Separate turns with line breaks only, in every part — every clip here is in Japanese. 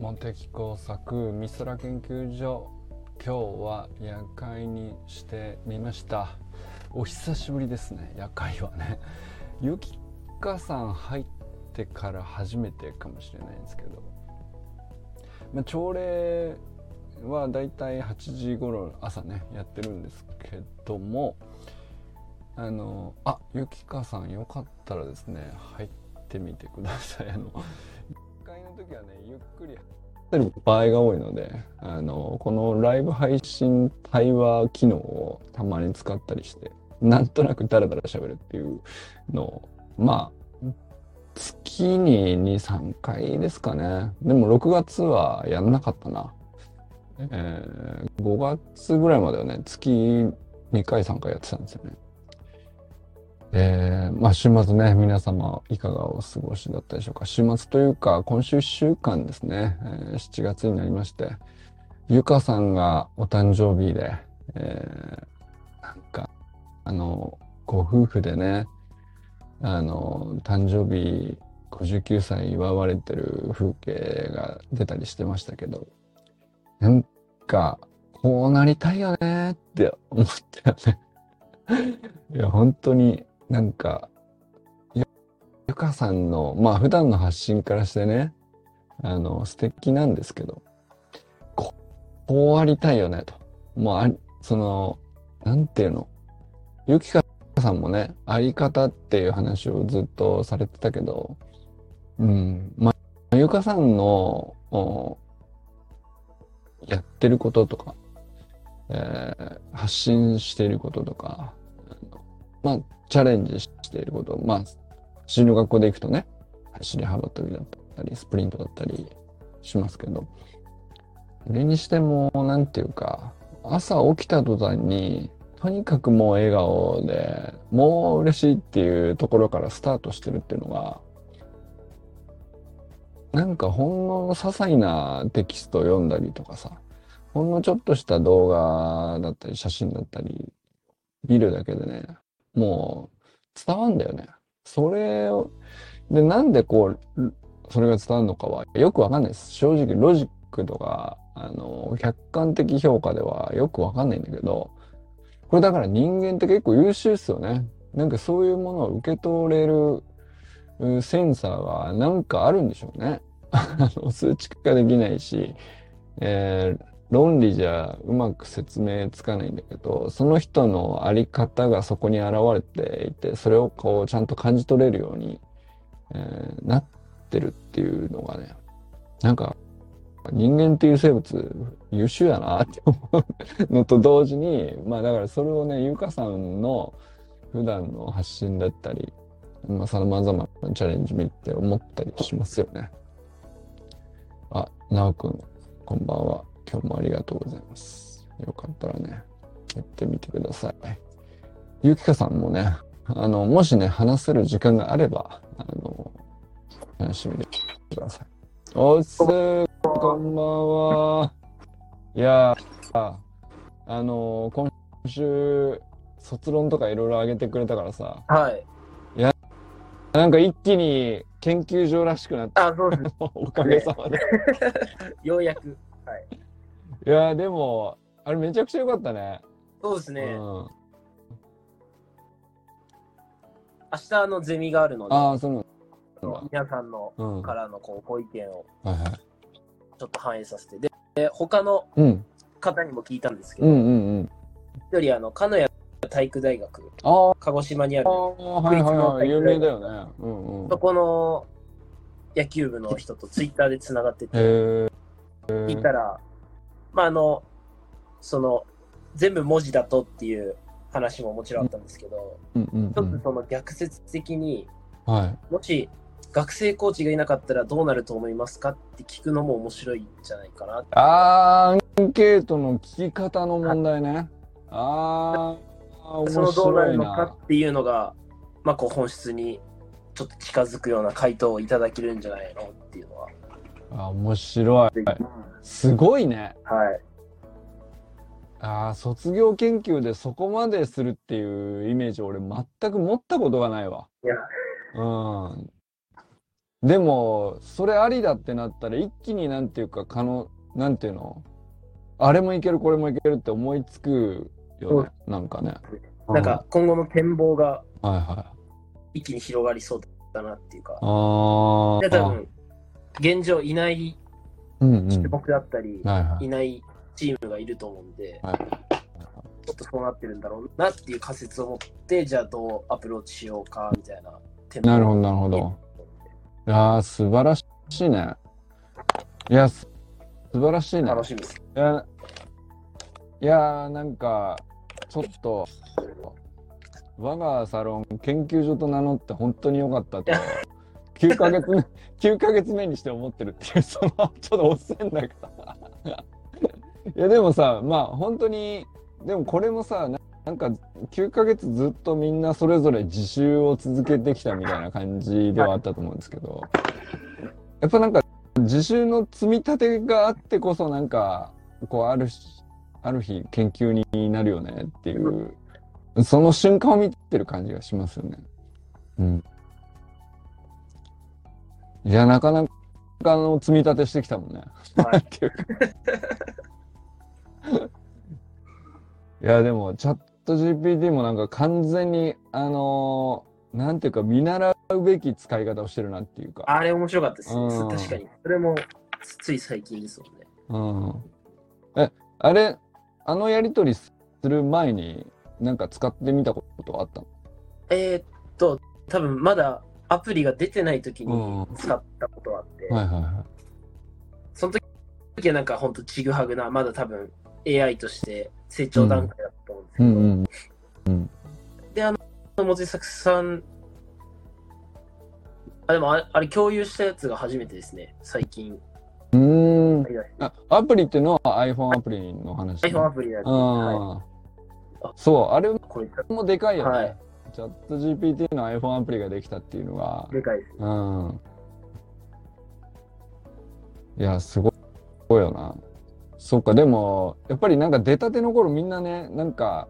問的工作美空研究所今日は夜会にしてみましたお久しぶりですね夜会はねゆきかさん入ってから初めてかもしれないんですけど、まあ、朝礼はだいたい8時頃朝ねやってるんですけどもあのあゆきかさんよかったらですね入ってみてくださいあの1回の時はねゆっくり入ってる場合が多いのであのこのライブ配信対話機能をたまに使ったりしてなんとなくダラダラ喋るっていうのをまあ月に23回ですかねでも6月はやんなかったなえー、5月ぐらいまではね月2回3回やってたんですよね。えー、まあ週末ね皆様いかがお過ごしだったでしょうか週末というか今週1週間ですね、えー、7月になりましてゆかさんがお誕生日で、えー、なんかあのご夫婦でねあの誕生日59歳祝われてる風景が出たりしてましたけどなんか、こうなりたいよねって思ったよねいや、本当になんか、ゆかさんの、まあ普段の発信からしてね、あの、素敵なんですけど、こうありたいよねと。もうあ、その、なんていうの。ゆきかさんもね、あり方っていう話をずっとされてたけど、うん、まあ、ゆかさんの、やってることとか、えー、発信していることとか、まあ、チャレンジしていること、まあ、進路学校で行くとね、走り幅跳びだったり、スプリントだったりしますけど、それにしても、なんていうか、朝起きた途端に、とにかくもう笑顔で、もう嬉しいっていうところからスタートしてるっていうのが、なんかほんの些細なテキストを読んだりとかさ、ほんのちょっとした動画だったり写真だったり、見るだけでね、もう伝わんだよね。それを、で、なんでこう、それが伝わるのかはよくわかんないです。正直ロジックとか、あの、客観的評価ではよくわかんないんだけど、これだから人間って結構優秀っすよね。なんかそういうものを受け取れるセンサーはなんかあるんでしょうね。 数値化できないし、えー、論理じゃうまく説明つかないんだけど、その人のあり方がそこに現れていて、それをこうちゃんと感じ取れるように、えー、なってるっていうのがね、なんか人間っていう生物優秀やなって思うのと同時に、まあだからそれをね、ゆかさんの普段の発信だったり、まあ、さまざまなチャレンジ見て思ったりしますよね。あ、なおくん、こんばんは。今日もありがとうございます。よかったらね、やってみてください。ゆきかさんもね、あの、もしね、話せる時間があれば、あの、楽しみでください。おっすこんばんは。いやあの、今週、卒論とかいろいろあげてくれたからさ、
はい。
なんか一気に研究所らしくなって、
あそうです
おかげさまで
ようやく。はい、
いやでも、あれめちゃくちゃ良かったね。
そうですね。うん、明日のゼミがあるので、
あそうなん
皆さんの、うん、からのこうご意見をちょっと反映させて、でで他の方にも聞いたんですけど、
うんうんうん、
一人あの、鹿屋体育大学
鹿
児島にある
国立の体育大学、はいはいはい、有名だよね、うんうん、
そこの野球部の人とツイッターでつながってて聞いたらまああのその全部文字だとっていう話ももちろんあったんですけど、
うんうんうんうん、
ちょっとその逆説的に、、
はい
もし学生コーチがいなかったらどうなると思いますかって聞くのも面白いんじゃないかな
あアンケートの聞き方の問題ねああ
そのどうなるのかっていうのが、まあ、こう本質にちょっと近づくような回答をいただけるんじゃないのっていうのは。
あ面白い。すごいね。
はい。
あ卒業研究でそこまでするっていうイメージ俺全く持ったことがないわ。
いや。
うん。でもそれありだってなったら一気になんていうか可能なんていうのあれもいけるこれもいけるって思いつくよね、なんかね
なんか今後の展望が
はいはい
一気に広がりそうだなっていうか、
あ
で多分現状いない
あうんうん
僕だったり、
はいはい
いないチームがいると思うんで、
はい
ちょっとそうなってるんだろうなっていう仮説を持って、じゃあどうアプローチしようかみたいな展望
なるほどなるほどいやー素晴らしいねいやす素晴らしいね
楽しみです。
いや、いやーなんか、ちょっと、我がサロン研究所と名乗って本当に良かったと、9ヶ月目、9ヶ月目にして思ってるっていう、その、ちょっと遅いんだけど。いや、でもさ、まあ本当に、でもこれもさ、ななんか9ヶ月ずっとみんなそれぞれ自習を続けてきたみたいな感じではあったと思うんですけど、やっぱなんか自習の積み立てがあってこそなんかこうあるしある日研究になるよねっていうその瞬間を見てる感じがしますよね。うん。いやなかなかあの積み立てしてきたもんね。
はい
っていうかいやでもチャット GPT もなんか完全にあのーなんていうか見習うべき使い方をしてるなっていうか。
あれ面白かったですね。
うん
確かに。それもつつい最近ですもんね。
うん。え、あれ、あのやりとりする前に、なんか使ってみたことあったの
えーっと、多分まだアプリが出てない時に
うん
使ったことはあって、
いはいは
その時はなんか本当ちぐはぐな、まだ多分 AI として成長段階だったと思うんですけ
う
ど、
んうん。
望作さん、あ、でもあれ、あれ共有したやつが初めてですね、最近。
うーん。
はいはい
あアプリっていうのは iPhone アプリの話、
iPhone アプリのやつ。
あ
は
あ、そう、あれ
い、これ、
もでかいよね。
はい
チャット GPT の iPhone アプリができたっていうのが、
でかいです。
うん。いや、すごいすごいよな。そっか、でも、やっぱりなんか出たての頃みんなね、なんか、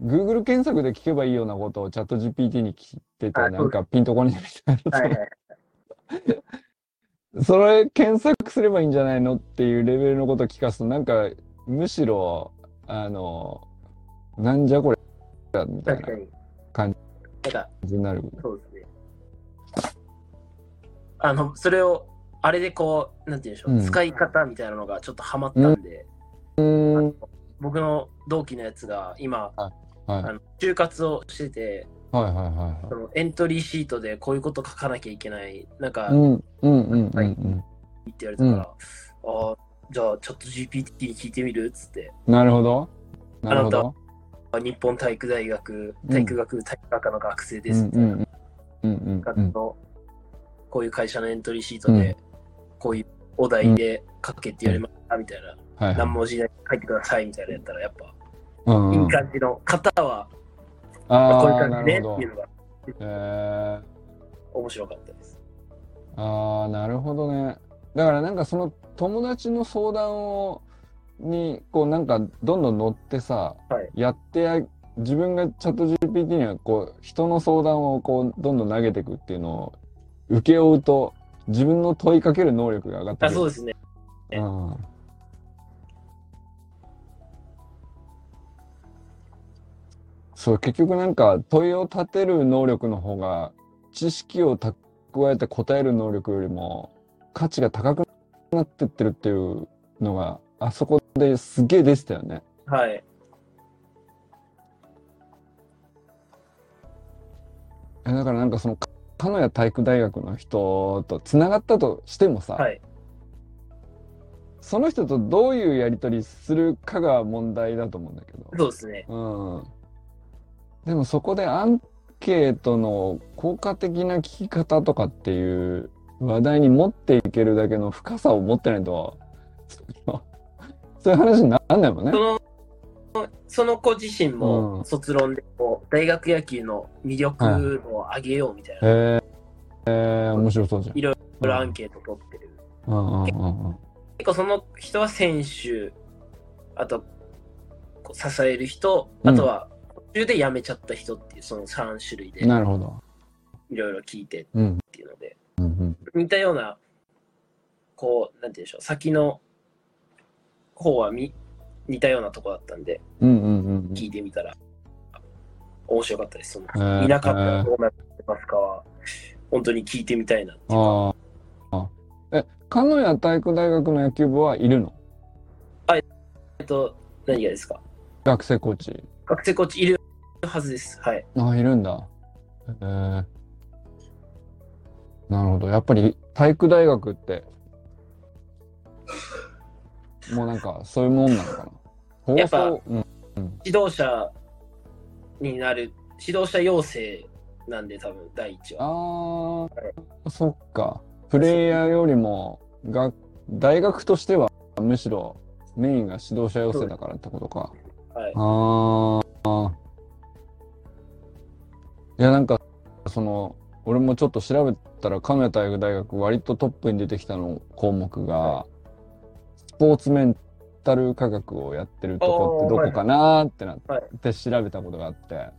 Google 検索で聞けばいいようなことをチャット GPT に聞いてて、
はい
なんかピンとこねえみたいな。
はいは い。
それ検索すればいいんじゃないのっていうレベルのことを聞かすと、なんか、むしろ、あの、なんじゃこれ、みたい
確
な
かに。
感
なんか、
じになる。
そうですね。あの、それを、あれでこう、なんて言うん
うん
でしょう、使い方みたいなのがちょっとハマったんで、
うーん。
僕の同期のやつが今、
はい。は
あ
い
の就活をしてて、
はいはい
そ
は
のエントリーシートでこういうこと書かなきゃいけない、なんか、
い。うん、うん、うん、う
はい
ん、
って言われたから、ああ、じゃあちょっと GPT に聞いてみるっつって、
うん。なるほど。なるほ
あ
ど
な。日本体育大学、体育学部体育学科の学生ですみたいな、
うんうんうんうんう
学
ん
のこういう会社のエントリーシートで、こういうお題で書けって言われましたみたいな、
はいはい
何文字で書いてくださいみたいなやったら、やっぱ、
うん
い
うん
い感じの方は、
あ
こうい
ーな
う感じね
る
っ
ほ
てい
ど
うのが
えー
面白かったです。
あーなるほどねだからなんかその友達の相談をにこうなんかどんどん乗ってさ、
はい
やってや自分がチャット GPT にはこう人の相談をこうどんどん投げていくっていうのを請け負うと自分の問いかける能力が上がって
あ
くる
そうですね。ね
うんそう結局なんか問いを立てる能力の方が知識を蓄えて答える能力よりも価値が高くなってってるっていうのがあそこですげえ出てたよね。
はい。
えだからなんかそのか鹿屋体育大学の人とつながったとしてもさ、
はい。
その人とどういうやり取りするかが問題だと思うんだけど。
そうですね。
うんでもそこでアンケートの効果的な聞き方とかっていう話題に持っていけるだけの深さを持ってないとそのそういう話にならないもんね
そ。のその子自身
う
も
ん
卒論でこう大学野球の魅力を上げようみたいな、い
へえー、面白そうじゃん。
いろろアンケート取ってる。
うんうんうんうん
結構その人は選手、あとこう支える人、
うん
あとは途中で辞めちゃった人っていうその3種類で
なるほど。
いろいろ聞いてっ
うん
ていうので、
うんうん
似たような、こう、なんて言うんでしょう、先の方はみ似たようなとこだったんで、
うんうんうんうん
聞いてみたら、面白かったです。その
うん
いなかったらどうなってますかは、本当に聞いてみたいなっていうか。
ああえ鹿屋体育大学の野球部はいるの
えっと、何がですか
学生コーチ
学生コーチいるはずです。はい。
あいるんだえーなるほどやっぱり体育大学ってもうなんかそういうもんなのかな放送
やっぱ
うん、
指導者になる、指導者養成なんで、多分第一
あ
は。
ーそっかプレイヤーよりもが大学としてはむしろメインが指導者養成だからってことか
はい。
ああ。いや、なんか、その、俺もちょっと調べたら、神谷体育大学、割とトップに出てきたの項目が、
は
スポーツメンタル科学をやってるとこって
おー
どこかなーってなっ
はい
て調べたことがあって、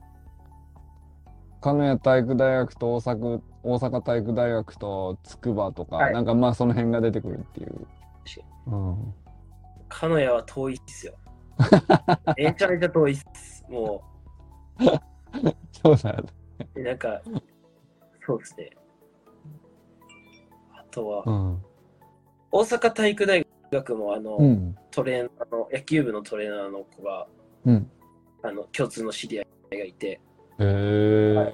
神谷体育大学と大阪大阪体育大学と筑波とか、
はい
なんかまあその辺が出てくるっていう。うん
鹿屋は遠いっ すよ。めちゃめちゃ遠いっす。も
そうだよね。
う、なんか、そうですね。あとは、
うん。
大阪体育大学も、あの、
うん。
トレーナーの、野球部のトレーナーの子が、
うん。
あの、共通の知り合いがいて、
へえ、
はい
い、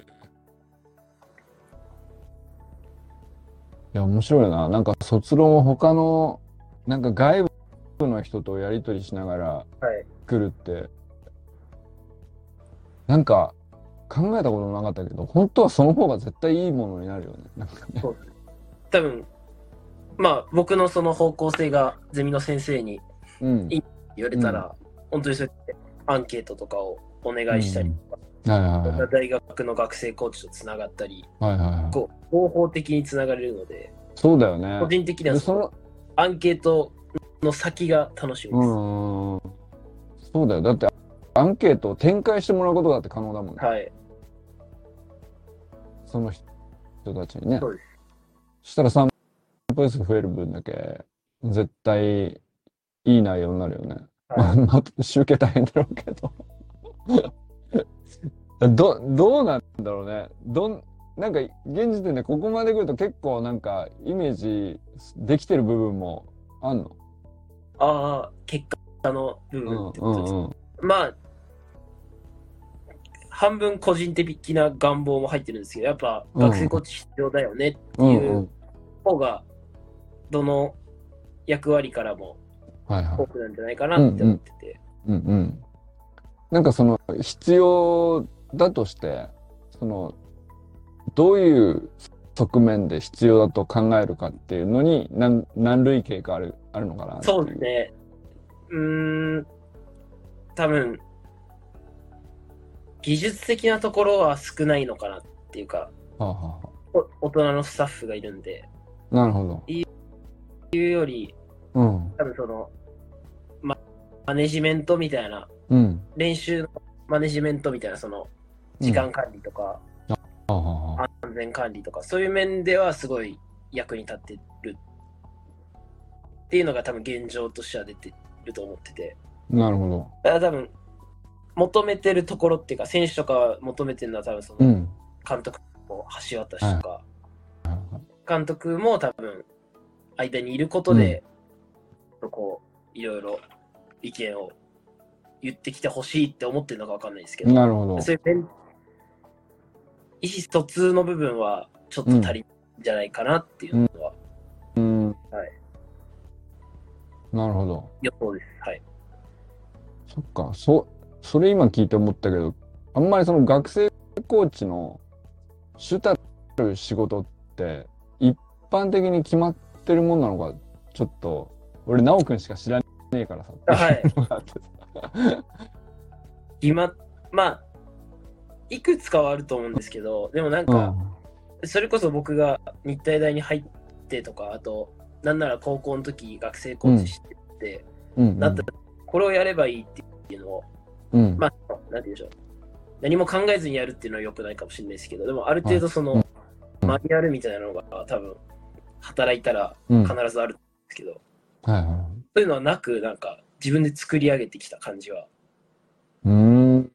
や面白いななんか卒論を他のなんか外部の人とやり取りしながら
はい
来るって、なんか考えたことなかったけど本当はその方が絶対いいものになるよねなんかね
多分、まあ、僕のその方向性が、ゼミの先生に
うん
い言われたら、本当にそうやってアンケートとかをお願いしたりとか、
はいはい
いろんな
は
大学の学生コーチとつながったり、
いはいはいはい
こう合法的につながれるので、
そうだよ
個
ね
人的には
で
そ
そ
の
の
アンケートの先が楽しみ
う
です。
んそうだよだってアンケートを展開してもらうことだって可能だもんね
はい、
その人たちにね。
そうで
したら3分数増える分だけ、絶対いい内容になるよね。まあ
はい、
まあ、集計大変だろうけど。ど、 どうなんだろうね。どん、なんか、現時点でここまで来ると結構なんか、イメージできてる部分もあんの。
ああ、結果の部
う
分
ん
って
う
こと
ん
です。
うん。
まあ、半分個人的な願望も入ってるんですけど、やっぱ
うん
学生コーチ必要だよねって
うん
いう
うん。
方が、どの役割からも
はいはい
多。くなんじゃないかなって思ってて。
うんうん、なんかその必要だとしてそのどういう側面で必要だと考えるかっていうのに何何類型かあるあるのかなってい
そうですね。うーん、多分、技術的なところは少ないのかなっていうか、
はあはあは
お大人のスタッフがいるんで、
あなるほど。
っていうより、
うん
多分その、ま、マネジメントみたいな、
うん。
練習のマネジメントみたいな、その、時間管理とか、
はあはあはあ
安全管理とか、そういう面ではすごい役に立ってるっていうのが多分現状としては出てると思ってて。
なるほど。
だから多分求めてるところっていうか選手とかは求めてるのは多分そうの
ん。
監督の橋渡しとか、
はいは
監督も多分間にいることで、こういろいろ意見を言ってきてほしいって思ってるのかわかんないですけど、
なるほど。
そういう面意思疎通の部分はちょっと足りんじゃないかなっていうのは
うん。はいい。なるほど。
予想です。はい。
そっか、そ、それ今聞いて思ったけど、あんまりその学生コーチの主たる仕事って一般的に決まってるもんなのか、ちょっと、俺、なおくんしか知らねえからさ。
はい
っていうのがあってさ。
今、まあ、いくつかはあると思うんですけど、でもなんか、
う
それこそ僕が日体大に入ってとか、あと、なんなら高校の時学生コーチしてて、
ん。うん。
なったこれをやればいいっていうのを、
うん。
まあ、なんて言うんでしょう。何も考えずにやるっていうのは良くないかもしれないですけど、でもある程度その、
うんうん
マニュアルみたいなのが多分働いたら
うん
必ずあるんですけど、
はいは。
そういうのはなくなんか自分で作り上げてきた感じはい
うーん。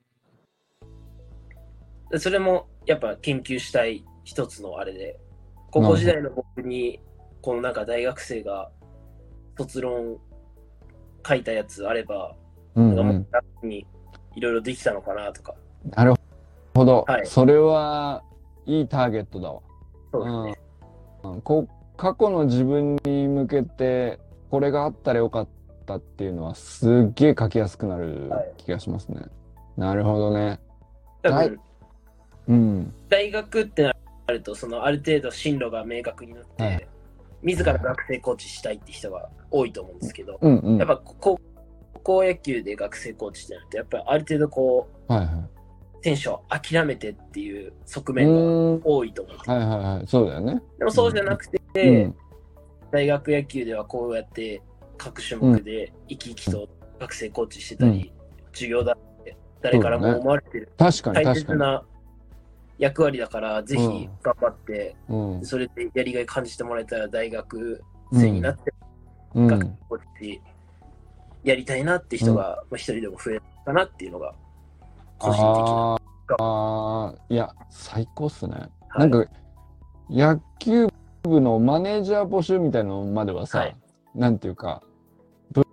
でそれもやっぱ研究したい一つのあれで高校時代の僕にこのなんか大学生が卒論書いたやつあれば、
うん、
な
うん
かも
ん
っ。と楽にいろいろできたのかなとか
なるほど。
はい
それはいいターゲットだわ。
そうですね、
うんこう過去の自分に向けてこれがあったらよかったっていうのはすっげえ書きやすくなる
はい
気がしますね。なるほどね。
多分
はいうん。
大学ってなるとそのある程度進路が明確になって、
はい
自ら学生コーチしたいって人が多いと思うんですけど、
うんうん。
やっぱ高校野球で学生コーチってなるとやっぱりある程度こ
はいは
う選手を諦めてっていう側
い。う
面が
ーん。
多いと思って、
はいはいはい。そうだよね。
でもそうじゃなくて、
うん。
大学野球ではこうやって各種目で生き生きと学生コーチしてたり、授業だって誰からも思われてる
確かに
大
確か
切
に。
な役割だからぜひ
うん
頑張って
うん。
それでやりがい感じてもらえたら大学生になって
うん。
学校こっちやりたいなって人がまあ一人でも増えたなっていうのが個人的な。
あーあーいや最高っすね、
はい
なんか野球部のマネージャー募集みたいなのまではさ、
はい
なんていうかぶ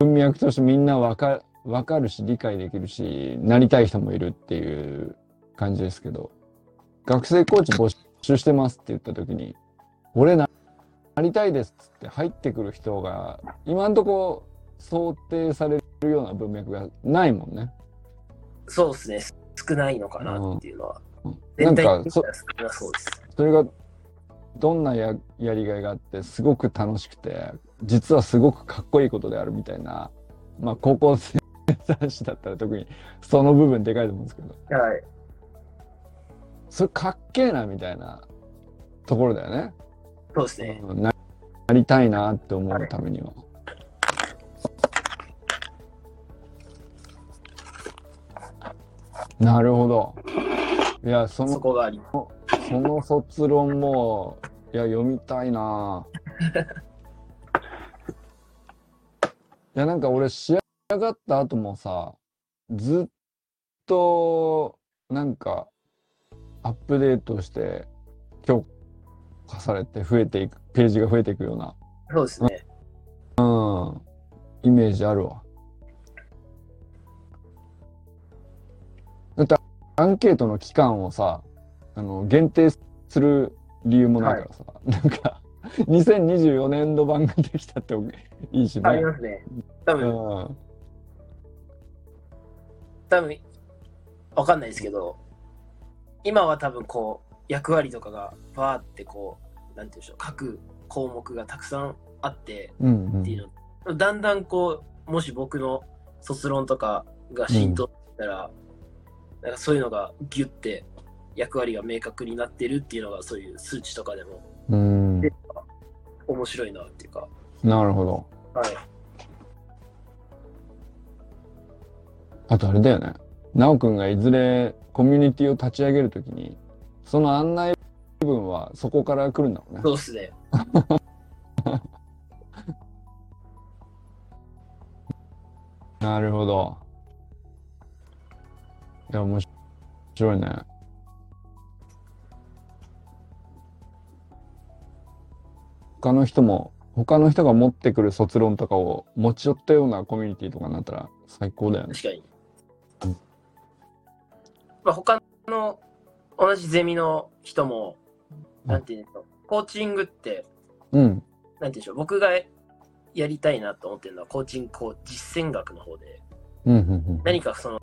文脈としてみんなわかわかるし理解できるしなりたい人もいるっていう感じですけど学生コーチ募集してますって言った時に俺ななりたいですっつって入ってくる人が今んとこ想定されるような文脈がないもんね。
そうですね、少ないのかなっていうのは。
な
全
ん
体
か
的
そ
には少なそうです。
それがどんなややりがいがあってすごく楽しくて実はすごくかっこいいことであるみたいなまあ高校生男子だったら特にその部分でかいと思うんですけど
はい。
それかっけえなみたいなところだよね
そうですね。
うんななりたいなって思うためには。なるほど。いやその
そこがあります。
その卒論もいや読みたいなぁいやなんか俺仕上がった後もさずっとなんかアップデートして強化されて増えていくページが増えていくような
そうですね。
イメージあるわだってアンケートの期間をさあの限定する理由もないからさ、なんか2024年度版ができたっていいしね、
ありますね。多
う
分、
ん、
多分、わかんないですけど、今は多分こう、役割とかがバーってこう、なんていうんでしょう、各項目がたくさんあって、
うんう
ってい
ん
うのだんだんこうもし僕の卒論とかが浸透したら、なんかそういうのがギュッて役割が明確になってるっていうのがそういう数値とかでも
うん
で面白いなっていうか、
なるほど
はい、
あとあれだよね奈くんがいずれコミュニティを立ち上げるときにその案内部分はそこから来るんだろうね
そうですね
なるほど。いや、面白いね。他の人も、他の人が持ってくる卒論とかを持ち寄ったようなコミュニティとかになったら最高だよね。
確かに、まあ、他の同じゼミの人もなんていうんでしょうコーチングって
うん。
なんていうんでしょう僕がやりたいなと思ってるのはコーチングこう実践学の方で
うん、うん、
何かその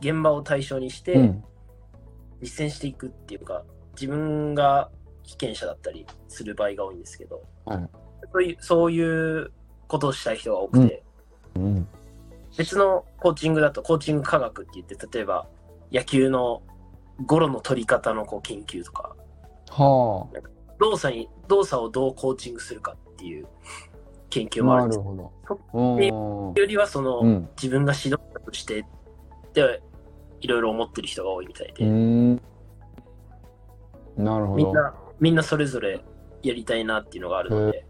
現場を対象にして、
うん。うん。
実践していくっていうか自分が被験者だったりする場合が多いんですけど、
はい
そういうそういうことをしたい人が多くて、
うん。
別のコーチングだとコーチング科学って言って例えば野球のゴロの取り方のこう研究とか
は
動作に動作をどうコーチングするかっていう研
あ。
究もある
なん
です
る
よ
ほど。
そっりはその、
うん。うん。
自分が指導者としてっていろいろ思ってる人が多いみたいで、
うーん。なるほど
みんな、みんなそれぞれやりたいなっていうのがあるので、
え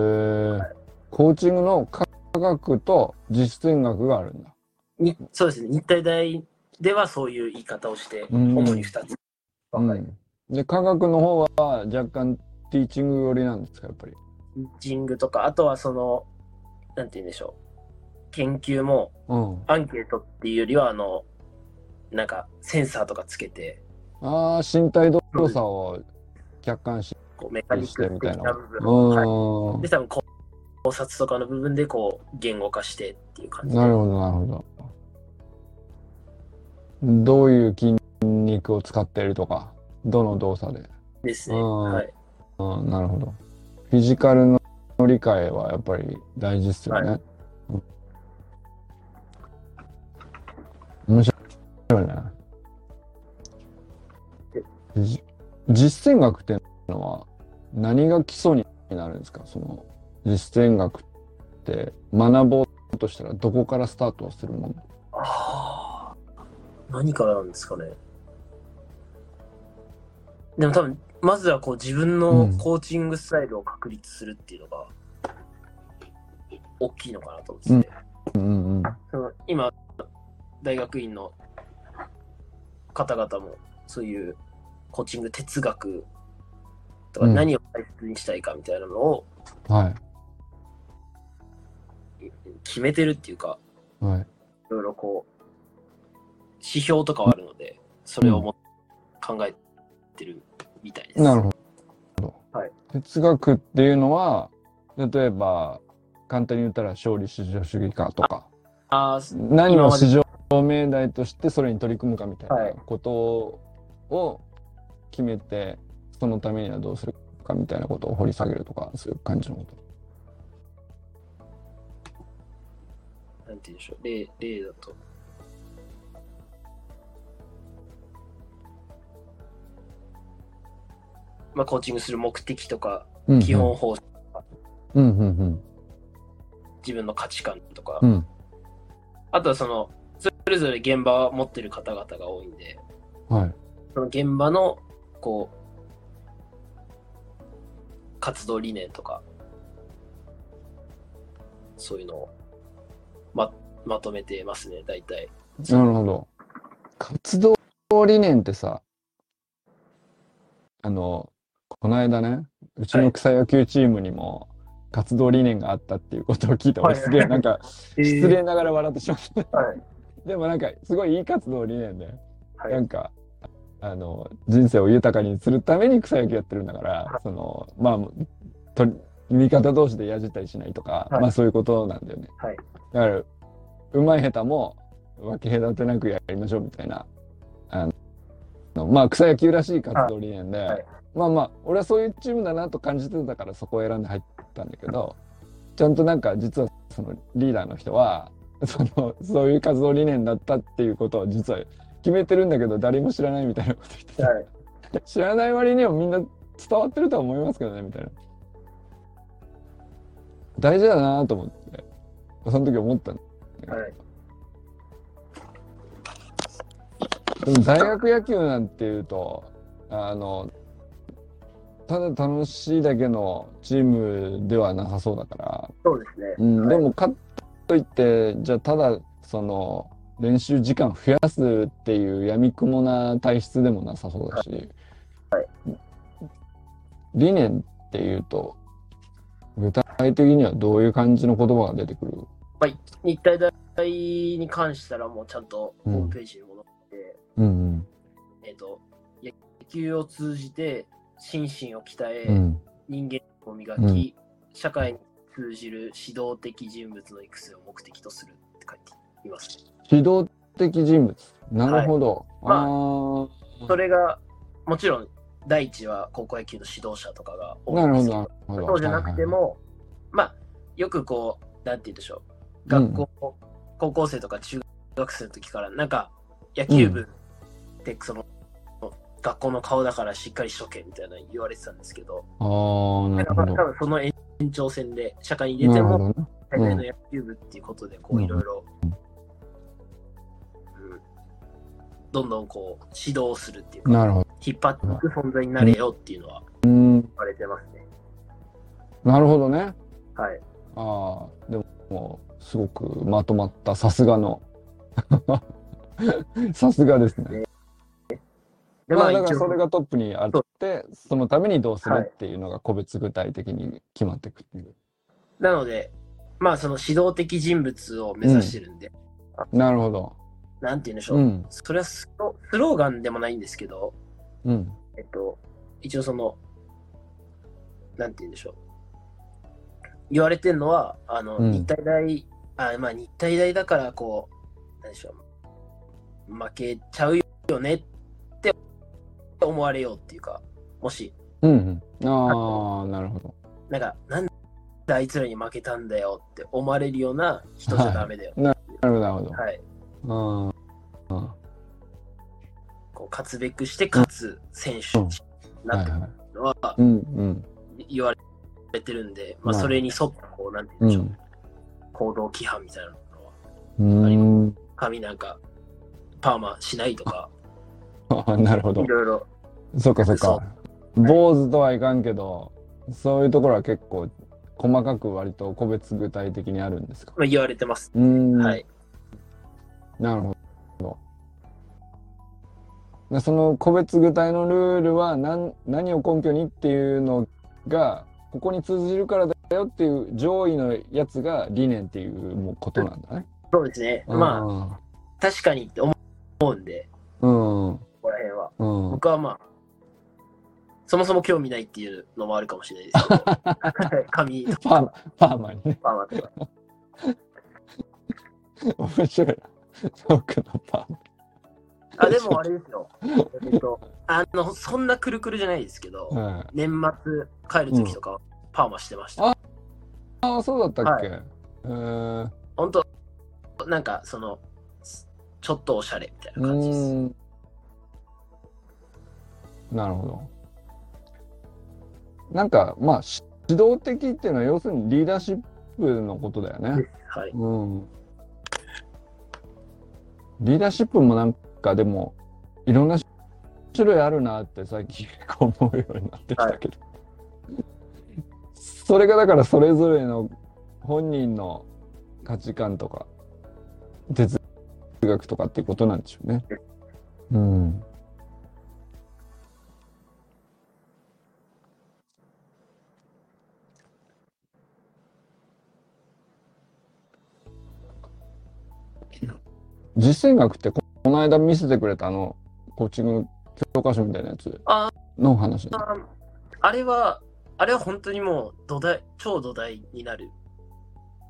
ーコーチングの科学と実践学があるんだ
にそうですね、日体大ではそういう言い方をして、
うん
主に2つ分かれて、
うん、で科学の方は若干ティーチング寄りなんですかやっぱり
ティーチングとか、あとはその、なんて言うんでしょう、研究も
うん
アンケートっていうよりは、あの、なんかセンサーとかつけて、
ああ身体動作を客観視
こうメカニ
してみ
ック
た
的
いな
な部分、
うん
はい、で、多分こう考察とかの部分でこう言語化してっていう感じで
なるほどなるほどどういう筋肉を使っているとかどの動作で
ですね。
うん
はい、
うんなるほどフィジカルの理解はやっぱり大事ですよね、うん面白いねじ実践学っていうのは何が基礎になるんですかその実践学って学ぼうとしたらどこからスタートするもの
あー何からなんですかね。でも多分、まずはこう自分の
うん
コーチングスタイルを確立するっていうのが大きいのかなと思うんですね。
うんうん
その今、大学院の方々もそういうコーチング哲学とか
うん
何を大切にしたいかみたいなのを
は
決めてるっていうか、
いはい
いろいろこう、指標とかはあるので、それをも、考えてるみたいです。
なるほど。
はい
哲学っていうのは、例えば、簡単に言ったら勝利至上主義かとか、
あーす
何
今
を
まで
至上命題としてそれに取り組むかみたいな
はい
ことを決めて、そのためにはどうするかみたいなことを掘り下げるとか、そういう感じのこと。
なんて言うんでしょう、例例だと。まあ、コーチングする目的とか、
うんうん
基本方針、
うんうん
自分の価値観とか、
うん。うん。
あとはその、それぞれ現場を持ってる方々が多いんで、
はい。
その現場の、こう、活動理念とか、そういうのをま、まとめてますね、大体。
なるほど。活動理念ってさ、あの、この間ね、うちの草野球チームにも活動理念があったっていうことを聞いて、
はい
俺すげえなんか失礼ながら笑ってしまった。
はい。
でもなんかすごいいい活動理念で、
はい
なんか、あの、人生を豊かにするために草野球やってるんだから、その、まあ、と味方同士でやじったりしないとか、
はい
まあそういうことなんだよね。
はい
だから、うまい下手も分け隔てなくやりましょうみたいな、あの、まあ草野球らしい活動理念で、
はい
まあまあ、俺はそういうチームだなと感じてたからそこを選んで入ったんだけど、ちゃんとなんか実はそのリーダーの人は、その、そういう活動理念だったっていうことを実は決めてるんだけど、誰も知らないみたいなこと言ってて
はい。
知らない割にはみんな伝わってるとは思いますけどねみたいな大事だなと思ってその時思ったの
はい
でも大学野球なんていうとあのただ楽しいだけのチームではなさそうだから、
そうですね。
うん、
はい
でもかといってじゃあただその練習時間増やすっていうやみくもな体質でもなさそうだし、理念っていうと具体的にはどういう感じの言葉が出てくる
日体大に関したらもうちゃんとホームページに戻って、
うん
えっ、と、野球を通じて心身を鍛え、
うん
人間力を磨き、
うん
社会に通じる指導的人物の育成を目的とするって書いていますね。
指導的人物なるほど、
はい
うん
それが、もちろん、第一は高校野球の指導者とかが
あー
多
ないる
ん
ほ
です
ど
けど
なるほど
そうじゃなくて
はい
も、まあ、よくこう、なんて言うんでしょう、
うん
学校、高校生とか中学生の時から、なんか、野球部って、その、学校の顔だからしっかりしとけみたいな言われてたんですけど、
はいはいあーな
なん
る
か
ほど
まあ多分その延長線で、社会に出
な
て
るほ
も、
どね
大体の野球部っていうことで、こ
うん
う、いろいろ、うんどんどんこう、指導するっていうか、
なるほ
引っ張っていく存在になれよっていうのは
うん
言われてますね。
なるほどね
はい。
ああでもすごくまとまったさすがの さすがですね
で、
ま
まあ
あ、
一
だからそれ
応、
がトップにあってそのためにどうするっていうのが個別具体的に決まってくっていう、
なので、まあその指導的人物を目指してるんで、
なるほど
なんて言うんでしょう。
うん
それはスロスローガンでもないんですけど、
うん
えっと、一応その、なんて言うんでしょう。言われてるのは、あの、
うん
日体大、あ、まあ日体大だから、こう、なんでしょう。負けちゃうよねって思われようっていうか、もし、
うんうんああなるほど
なんか、なんであいつらに負けたんだよって思われるような人じゃダメだよ。
なるほどなるほど、
はい。
ああ
こう勝つべくして勝つ選手にな
は
っ
い
て
はい
るのは
うんうん
言われてるんで、まあ
はい
それに沿った、こう、なんて言
う
うんでしょう。
ん
行動規範みたいなのは
うん
髪なんかパーマしないとか
ああなるほど
いろいろ
そっかそっ
そ
か。坊主とはいかんけど、そういうところは結構細かく割と個別具体的にあるんですか。
まあ言われてます、
うーん、
はい
なるほど。でその個別具体のルールは何何を根拠にっていうのがここに通じるからだよっていう上位のやつが理念っていうもうことなんだね。
そうですねま
あ
あ確かにって思うんで
うんうん
ここら辺は
うん
僕はまあそもそも興味ないっていうのもあるかもしれないですけど はい髪と
パーマパーマにね
パーマとか
面白い なトークのパーマ
あでもあれですよえっとあのそんなくるくるじゃないですけど、
うん
年末帰る時とかはパーマしてました、
あああそうだったっけ、えー、
本当なんかそのちょっとおしゃれみたいうな感じです
ーんなるほどなんかまあし指導的っていうのは要するにリーダーシップのことだよね
はい
うんリーダーシップもなんかでもいろんな種類あるなって最近思うようになってきたけど、それがだからそれぞれの本人の価値観とか哲学とかっていうことなんでしょうね。うん。実践学ってここの間見せてくれたあのコーチングの教科書みたいなやつ
あ
の話
ああれは、あれは本当にもう土台、超土台になる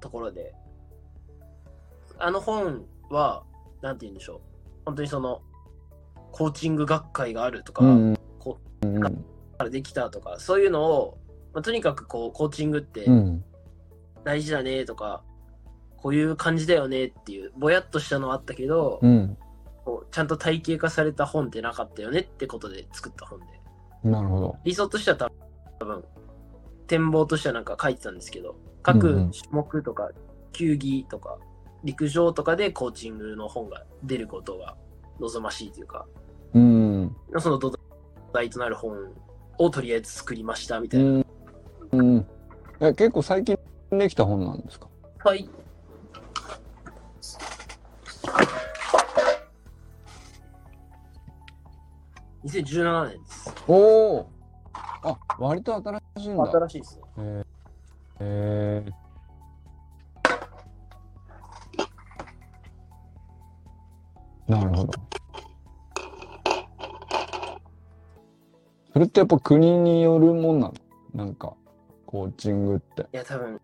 ところで、あの本は、なんて言うんでしょう、本当にその、コーチング学会があるとか、
うんうん
こ
うん
からできたとか、そういうのを、まあ、とにかくこう、コーチングって
うん
大事だねとか、こういう感じだよねっていう、ぼやっとしたのはあったけど、
うん
こうちゃんと体系化された本ってなかったよねってことで作った本で。
なるほど。
理想としては多分展望としてはなんか書いてたんですけど各
うんうん
種目とか球技とか陸上とかでコーチングの本が出ることが望ましいというか
うん
その土台となる本をとりあえず作りましたみた
う
いな、
んうんえ結構最近できた本なんですか
はい2017年です
おおあ割と新しいんだ。
新しいですね
へえなるほど。それってやっぱ国によるもんなのなんか、コーチングって。
いや多分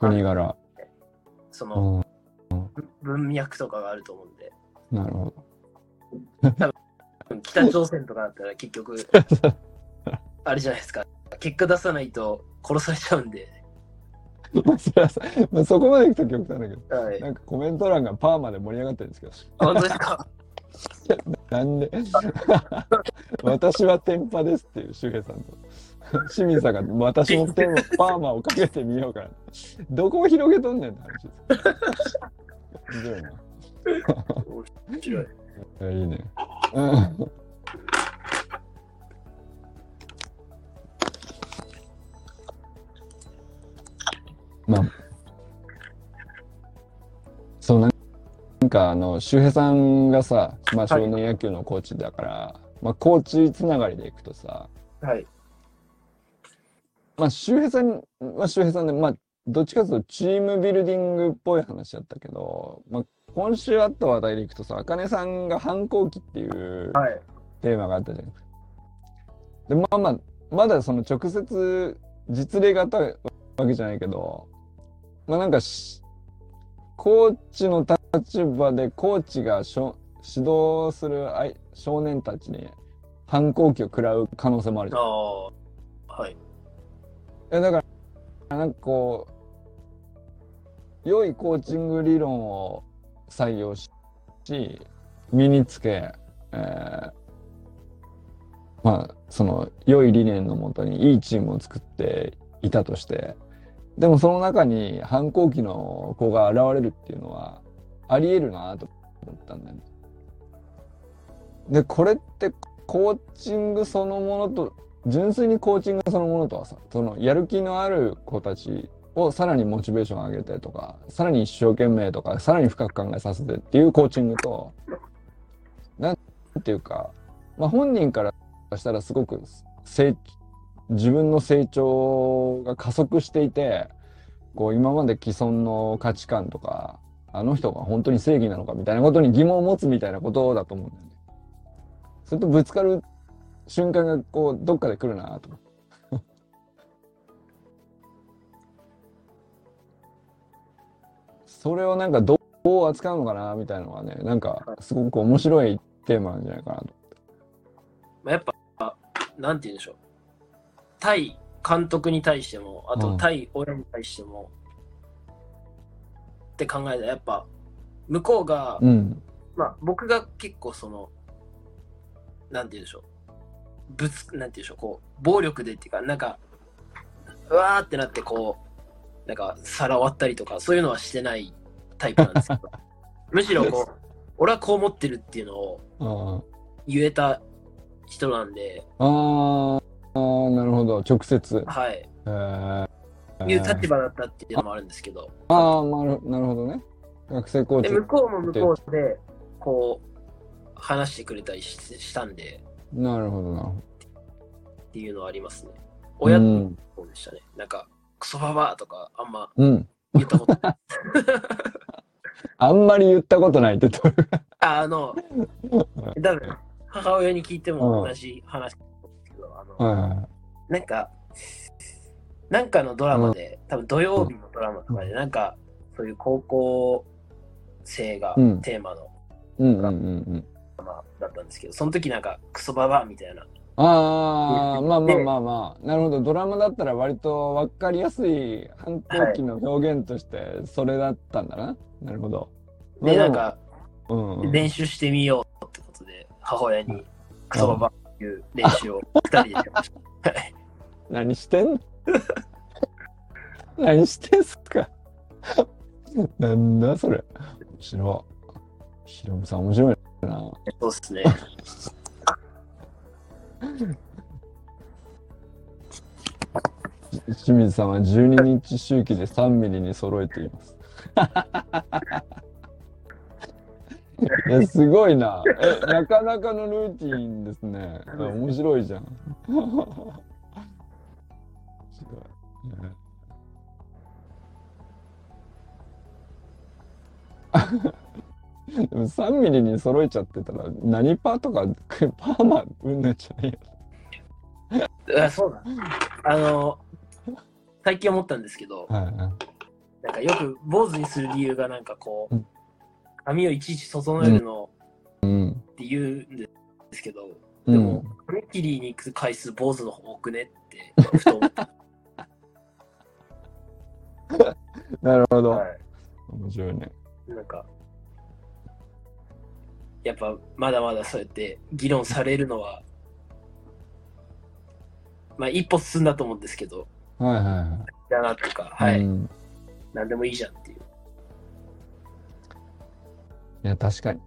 国柄。
そうの
ん。
文脈とかがあると思うんで
なるほど。
北朝鮮とかだったら結 局あれじゃないですか結果出さないと殺されちゃうんで、
まあ、それはさまあそこまで行くと極端だけど、
はい、
なんかコメント欄がパーマで盛り上がってるんですけど、
本当ですか
なんで 私は天パですっていう周平さんと清水さんが私も天パーマをかけてみようからどこを広げとんねんって話ですひどいな
面白い
いやいいね、うんかあの周平さんがさ、まあ、
はい
少年野球のコーチだから、まあ、コーチつながりでいくとさ、
はい。
まあ、周平さんは周平さんで、まあ、どっちかというとチームビルディングっぽい話だったけど、まあ、今週あった話題でいくとさ茜さんが反抗期っていう
はい。
テーマがあったじゃないですか。でまあまあまだその直接実例があったわけじゃないけどまあなんかしコーチの立場でコーチがしょ指導するあい少年たちに反抗期を食らう可能性もあるじゃん
ああ。はい。
えだからなんかこう良いコーチング理論を採用しし身につけ、えーまあその良い理念のもとにいいチームを作っていたとしてでもその中に反抗期の子が現れるっていうのはありえるなと思ったんだよね。でこれってコーチングそのものと純粋にコーチングそのものとはさそのやる気のある子たちをさらにモチベーション上げてとかさらに一生懸命とかさらに深く考えさせてっていうコーチングとなんていうか、まあ、本人からしたらすごく成自分の成長が加速していてこう今まで既存の価値観とかあの人が本当に正義なのかみたいなことに疑問を持つみたいなことだと思うんだよね。それとぶつかる瞬間がこうどっかで来るなと思ってそれをなんかどうどう扱うのかなみたいなのはねなんかすごく面白いテーマなんじゃないかなと
まあ、やっぱ、なんて言うんでしょう。対監督に対しても、あ
うん
と対親に対しても、って考えたら、やっぱ、向こうが、
うん
まあ、僕が結構その、なんて言うんでしょう。ぶつ、なんて言うんでしょう、こう、暴力でっていうか、なんか、うわーってなって、こう、なんか、さらわったりとか、そういうのはしてないタイプなんですけど、むしろこう、俺はこう思ってるっていうのを
あ
言えた人なんで、
あああなるほど直接
はい、
えー、
いう立場だったっていうのもあるんですけど、
ああなるなるほどね学生コー
で、
チ
向こうも向こうで、こう、話してくれたりししたんで、
なるほどなるほど
っていうのはありますね。親
う
と
ん、
そうでしたね。なんか、クソババアとか、あんま
うん、
言っ たことない。
あんまり言ったことないってどういう
ああの、多分、母親に聞いても同じ話なんですけど、あの、
はいはいはい
なんか、なんかのドラマで、多分土曜日のドラマとかで、なんか、そういう高校生が
うん
テーマの
うんうんうんうん
ドラマだったんですけど、その時なんか、クソババアみたいな、
ああ、まあまあまあまあ、なるほど、ドラマだったら割と分かりやすい反抗期の表現として、それだったんだな。なるほど。まあ
で、なん、か、
もうんうん、
練習してみようってことで、母親に、クソババアっていう練習を二人でやりました。
何してんの 何してんすか なんだそれ。面白い。ひろむさん面白いな。
そうですね。
清水さんは12日周期で3ミリに揃えてい ます。いやすごいなえ。なかなかのルーティンですね。あ面白いじゃん。すごいね でも3ミリに揃えちゃってたら何パーとか パーマうんぬんじゃないよ。
あそうだ。あの、最近思ったんですけど、
はいはい
なんかよく坊主にする理由がなんかこ
うん
う、髪をいちいち整えるの
うん
って言うんですけど、
う
で
ん
も、髪切りに行く回数坊主の方が多くねって、ふと思った。
なるほど。
は
面白いね。
いなんか、やっぱまだまだそうやって議論されるのは、まあ一歩進んだと思うんですけど、
はいはいはい。
だなとか、はい、、
うんん、
何でもいいじゃんっていう。
いや、確かに。い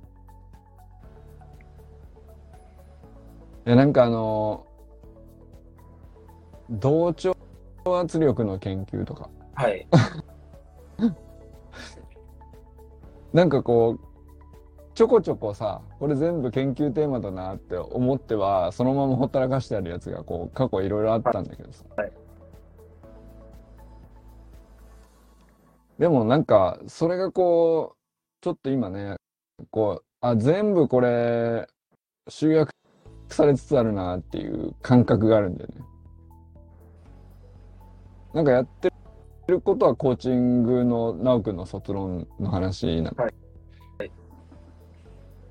や、なんかあのー同調圧力の研究と か、
はい。
なんかこう、ちょこちょこさこれ全部研究テーマだなって思ってはそのままほったらかしてあるやつがこう過去いろいろあったんだけどさ、
はい
でもなんかそれがこうちょっと今ねこうあ全部これ集約されつつあるなっていう感覚があるんだよね。なんかやってることはコーチングの直くんの卒論の話なんか、
はい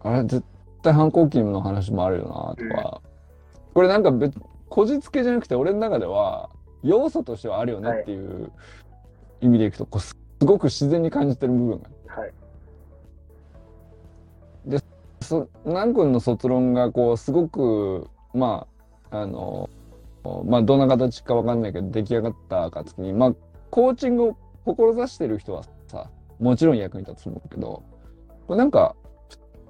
あれ絶対反抗期の話もあるよなとか、これなんか別こじつけじゃなくて俺の中では要素としてはあるよねっていう意味でいくとこうすすごく自然に感じてる部分が
はい。
そ南君の卒論がこうすごくまああのまあどんな形かわかんないけど出来上がった暁にまあコーチングを志してる人はさもちろん役に立つと思うけどこれなんか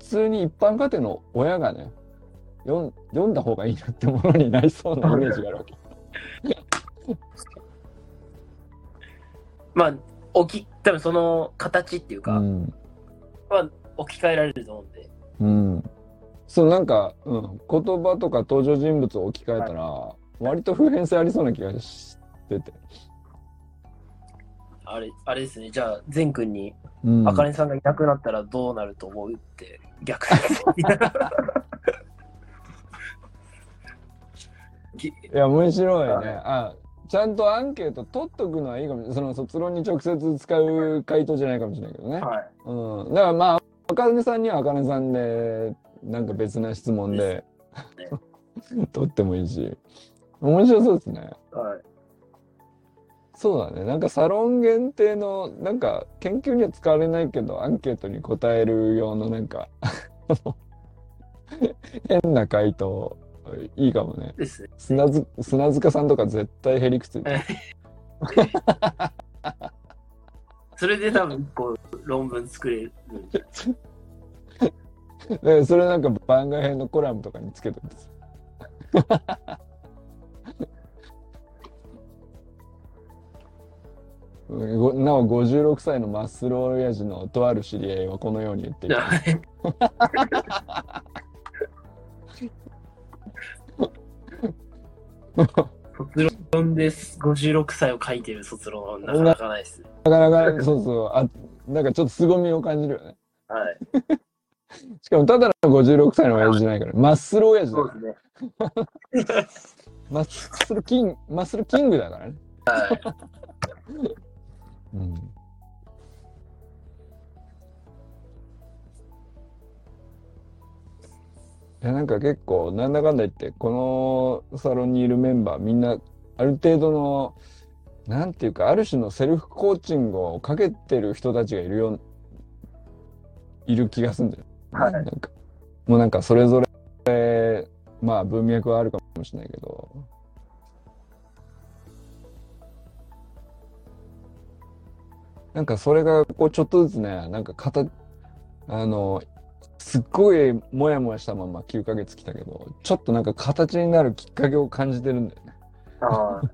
普通に一般家庭の親がね読ん読んだ方がいいなってものになりそうなイメージがあるわけ。
まあ、置き、多分その形っていうか、
うん
は置き換えられると思うんで。
うん、そうなんか、うん、言葉とか登場人物を置き換えたら、割と普遍性ありそうな気がしてて。
あれ、あれですね。じゃあ、善くんに、
うん
あかねさんがいなくなったらどうなると思うって、逆 に。き
いや面白いね、
はい
あちゃんとアンケート取っとくのはいいかもしれないその卒論に直接使う回答じゃないかもしれないけどね、
はい。
うん、だからまああかねさんにはあかねさんでなんか別な質問で取ってもいいし面白そうですね
はい。
そうだねなんかサロン限定のなんか研究には使われないけどアンケートに答える用のなんか 変な回答いいかもね
ですね。
砂ず砂塚さんとか絶対へりくついて
それで多分、こう、論文作れるんじゃないですか。
でそれなんか番外編のコラムとかにつけてます。 うんごなお56歳のマッスル親父のとある知り合いはこのように言っている
はい卒論です。56歳を書いてる卒論はなかなかないですね。
なかなかそうそうあなんかちょっと凄みを感じるよね
はい。
しかもただの56歳の親父じゃないからマッスル親父だ
そう
か
で
ら
すね。
マッスルキングマッスルキングだからね
はい。
うんいやなんか結構なんだかんだ言ってこのサロンにいるメンバーみんなある程度のなんていうかある種のセルフコーチングをかけてる人たちがいるよいる気がするんだよ、
はい
なんかもうなんかそれぞれまあ文脈はあるかもしれないけどなんかそれがこうちょっとずつねなんかかたあのすっごいモヤモヤしたまま9ヶ月来たけどちょっとなんか形になるきっかけを感じてるんだよね。
あー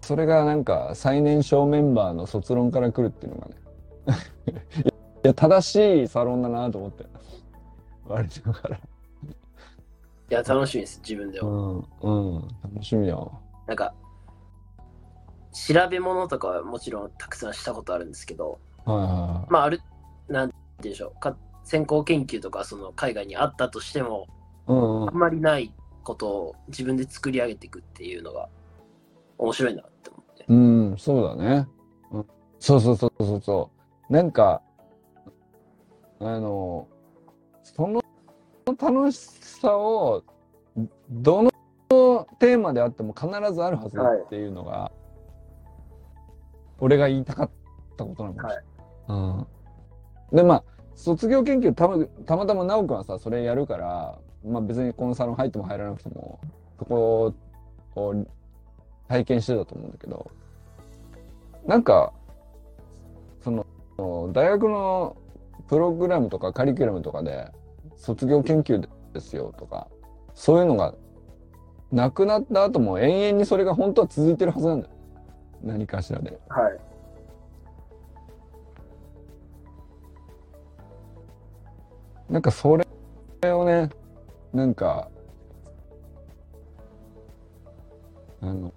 それがなんか最年少メンバーの卒論から来るっていうのがね いや正しいサロンだなと思って割とだから
いや、楽しみです、自分で
う
は。
んうん楽しみだわ
なんか、調べ物とかはもちろんたくさんしたことあるんですけど、
はいは
まあ、ある、なんて言うんでしょう、か先行研究とか、その海外にあったとしても、
いはいうんうん
あんまりないことを自分で作り上げていくっていうのが面白いなって思って。
うん、そうだね。うんそうそうそうそうそう。なんか、あの、その楽しさを、どのテーマであっても必ずあるはずだ
はい
っていうのが、俺が言いたかったことなのかもしれない。うん。で、まあ、卒業研究たまたまたま直くんはさそれやるから、まあ、別にこのサロン入っても入らなくてもそこを体験してたと思うんだけどなんかその大学のプログラムとかカリキュラムとかで卒業研究ですよとかそういうのがなくなった後も永遠にそれが本当は続いてるはずなんだよ。何かしらで
はい。
なんかそれをねなんかあの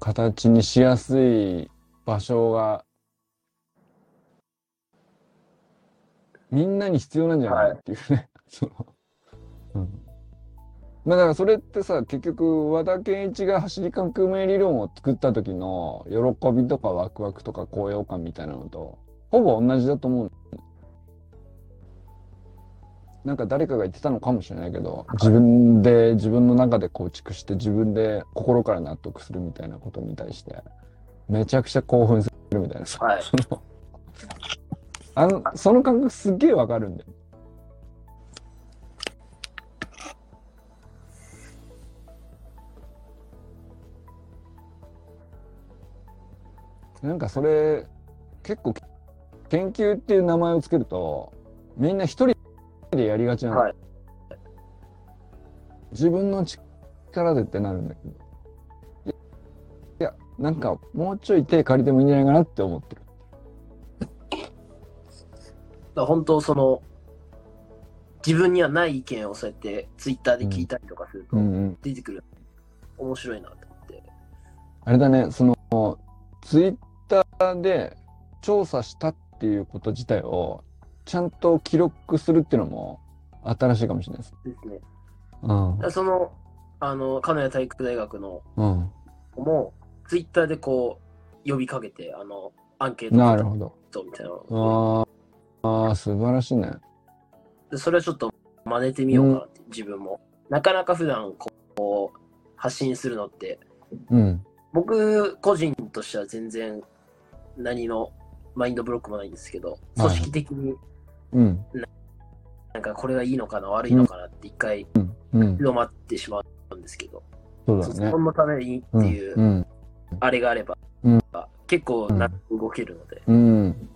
形にしやすい場所がみんなに必要なんじゃない、
はい
っていうね その、うん、まあだからそれってさ結局和田健一が走り革命理論を作った時の喜びとかワクワクとか高揚感みたいなのとほぼ同じだと思うなんか誰かが言ってたのかもしれないけど自分で自分の中で構築して自分で心から納得するみたいなことに対してめちゃくちゃ興奮するみたいなさ
はい。
あのその感覚すっげえわかるんだよなんかそれ結構研究っていう名前をつけるとみんな一人でやりがちなの、
はい
自分の力でってなるんだけどいやいやなんかもうちょい手借りてもいいんじゃないかなって思ってる
だから本当その自分にはない意見をそうやってツイッターで聞いたりとかすると
うんうん
出てくる、面白いなと思って
あれだね、その、ツイッターで調査したっていうこと自体を、ちゃんと記録するっていうのも、新しいかもしれないです。
ですねだ
うん
か。らそのあの鹿屋体育大学の
うん。
子もツイッターでこう呼びかけてあのアンケート
なるほど。
どみたいなの
あーあー、素晴らしいね。
でそれはちょっと真似てみようかなって、自分もなかなか普段こう発信するのって
うん。
僕個人としては全然何のマインドブロックもないんですけど
はい
組織的に
うん。
なんかこれがいいのかな悪いのかなって一回
うん。
広まってしまうんですけど、
そうだ
そ
ね
こ。のためにって
うん。
いううんあれがあれば、
うん
結構な動けるので、
うん。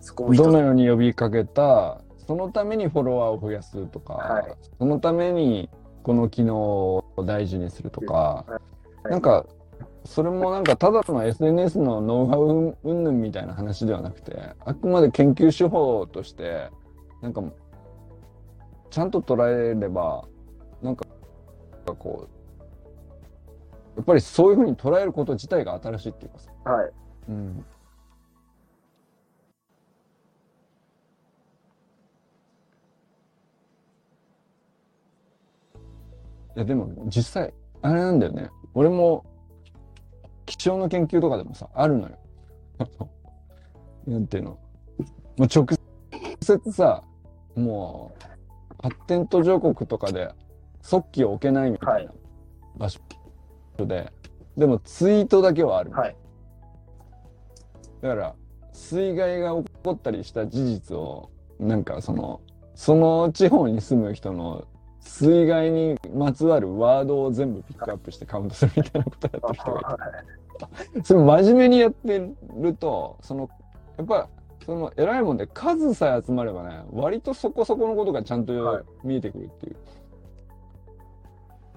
そこも一つ
どのように呼びかけた、そのためにフォロワーを増やすとか、
はい
そのためにこの機能を大事にするとか、
はい
なんか、それもなんかただの SNS のノウハウ云々みたいな話ではなくて、あくまで研究手法として、なんか、ちゃんと捉えれば、なんか、こう、やっぱりそういうふうに捉えること自体が新しいっていうかさ、
はい、
うん。いやでも実際あれなんだよね俺も気象の研究とかでもさあるのよ。 なんていうのもう直接さもう発展途上国とかで即帰を置けないみたいな場所で、でもツイートだけはあるみたいな
はい、
だから水害が起こったりした事実をなんかそのその地方に住む人の水害にまつわるワードを全部ピックアップしてカウントするみたいなことをやってる人がい
はい
て それ真面目にやってるとそのやっぱその偉いもんで数さえ集まればね割とそこそこのことがちゃん
は
と
い
見えてくるっていう、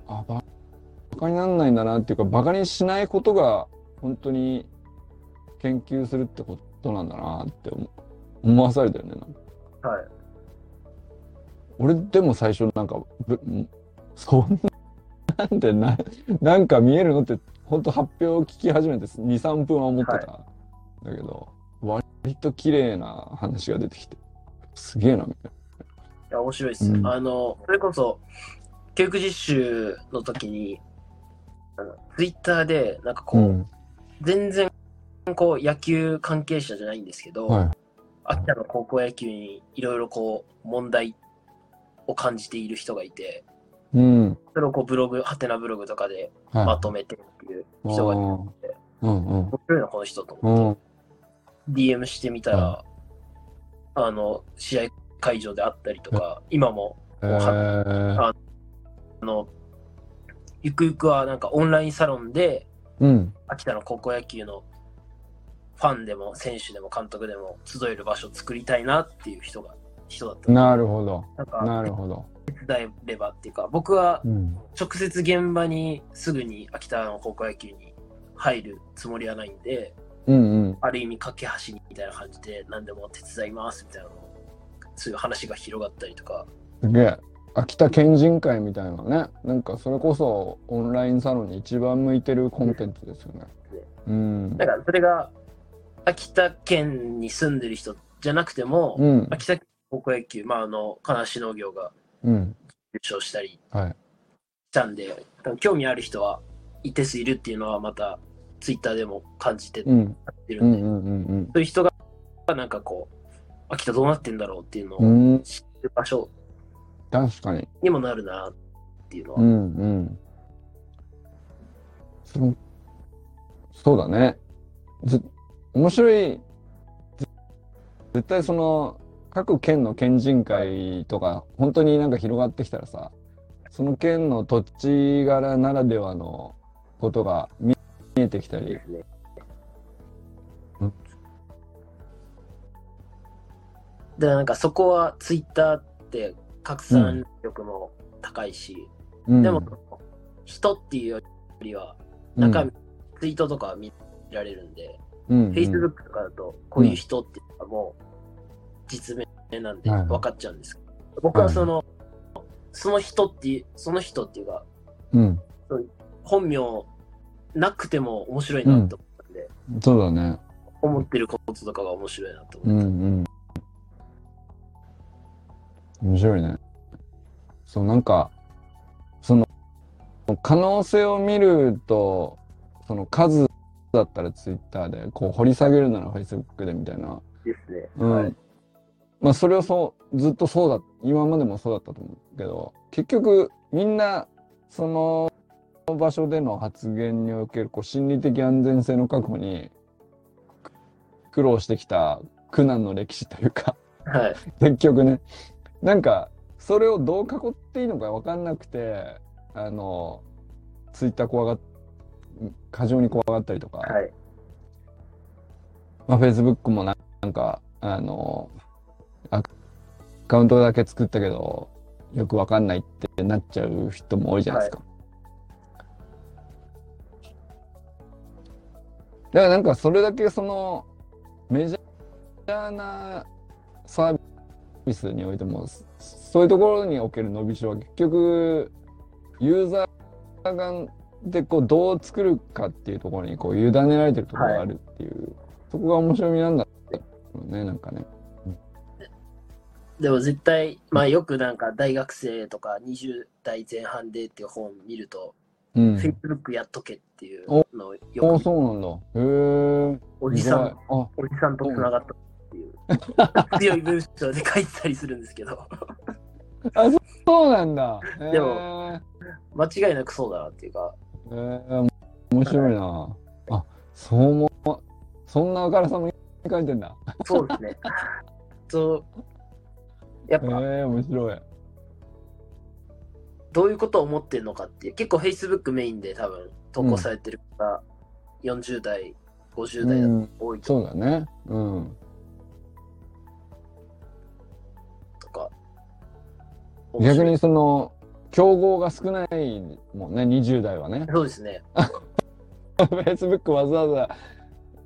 あばバカになんないんだなっていうかバカにしないことが本当に研究するってことなんだなって思思わされたよねなんか
はい
俺でも最初なんかぶんそんなんでななんか見えるのって本当発表を聞き始めて23分は思ってた、だけど割と綺麗な話が出てきてすげえなみたい
いや面白いです、
うん
あのそれこそ教育実習の時にあのツイッターでなんかこ
な、
う、
うん、
全然こう野球関係者じゃないんですけど、
はい
秋田の高校野球にいろいろこう問題を感じている人がいて
うんはい
それをこうブログハテナブログとかでまとめてっていう人がいて
あーうんうん
面白いなこの人と
う
思って、
ん
DM してみたら、あの試合会場であったりとか、今も
えー
ああのゆくゆくはなんかオンラインサロンで
うん
秋田の高校野球のファンでも選手でも監督でも集える場所を作りたいなっていう人が人だったんで
なるほど
なん
なる
か
ほど、
手伝えればっていうか僕は
うん、
直接現場にすぐに秋田の高校野球に入るつもりはないんで、
うんうん
ある意味架け橋みたいな感じで何でも手伝いますみたいなのをそういう話が広がったりとか、
すげえ秋田県人会みたいなねなんかそれこそオンラインサロンに一番向いてるコンテンツですよねうん
なんかそれが秋田県に住んでる人じゃなくても、
うん
秋田県高校野球、まあ、あの金足農業が
うん
優勝したり
はい
したんで、興味ある人は一定数いるっていうのはまたツイッターでも感じてっ
うん
てる
うんん
で、
うんうん
そういう人がなんかこう秋田どうなってんだろうっていうの
う
を
んうん
知る場所
確かに
にもなるなっていうのは、
うんうんそそうだねず面白いず絶対その各県の県人会とか本当になんか広がってきたらさその県の土地柄ならではのことが見見えてきたり
ね
うん
でなんかそこはツイッターって拡散力も高いし、でも、人っていうよりは
うん
中身、ツイートとかは見られるんで、
うんうん
Facebook とかだとこういう人っていうのはもう実名なんで
はい
分かっちゃうんですけど、僕はその、その人っていうその人っていうか
うん、
本名なくても面白いなと思ったんで、
そうだね
思ってることとかが面白いなと
う
思
ん
っ
うん。面白いね。そう、なんか、その、可能性を見ると、その数だったらツイッターで、こう掘り下げるならフェイスブックでみたいな。
てですね、
うん。
はい
まあ、それをそう、ずっとそうだ、今までもそうだったと思うけど、結局、みんな、その、場所での発言におけるこう心理的安全性の確保に苦労してきた苦難の歴史というか
はい
結局ねなんかそれをどう囲っていいのか分かんなくてあのツイッター怖がっ過剰に怖がったりとか、
はい
まあ、フェイスブックもななんかあのアカウントだけ作ったけどよく分かんないってなっちゃう人も多いじゃないですか。だからなんかそれだけそのメジャーなサービスにおいてもそそういうところにおける伸びしろは結局ユーザーがでこうどう作るかっていうところにこう委ねられてるところがあるっていう、そこが面白みなんだろうねなんかね。
でも絶対まあよくなんか大学生とか20代前半でっていう本見ると、
うん、
Facebook やっとけっていうのを
あ
よく
そうなんだ。へえ。
おじさん
意外あ
おじさんとつながったって いう強い文章で書いてたりするんですけど
そうなんだ。へー
でも。間違いなくそうだなっていうか
へー面白いな。あそうもそんなあからさまに書いてんだ。
そうですねそうやっ
へえ
ぱ
面白い。
どういうことを思ってるのかっていう結構 Facebook メインで多分投稿されてる方、40代50代だ
うん
と多いと
そうだね。うん。
か、
逆
面
にその競合が少ないもんね20代は ね
白い。そうですね
Facebook わざわざ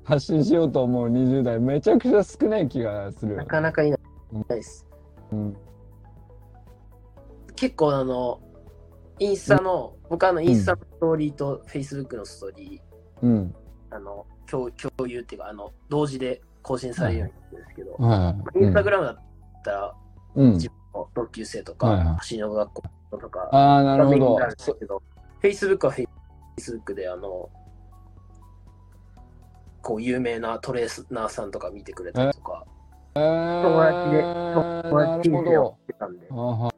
発信しようと思う20代めちゃくちゃ少ない気がするよね
なかなかいない
うん
ないです
うん
結構あのインスタの、僕あのインスタのストーリーと Facebook のストーリー、
うん
あの共共有っていうかあの同時で更新されるようになってるんですけど、
はい
インスタ
は
グラムだったら、
いうん
自分の同級生とか、
はいはい
走りの学校とか、
ああなるほど
画面にるんですけど、Facebook は Facebook で、あの、こう、有名なトレーナーさんとか見てくれたりとか、
えー
友達で
なるほ
人生
ど
を追ってたんで、
ははは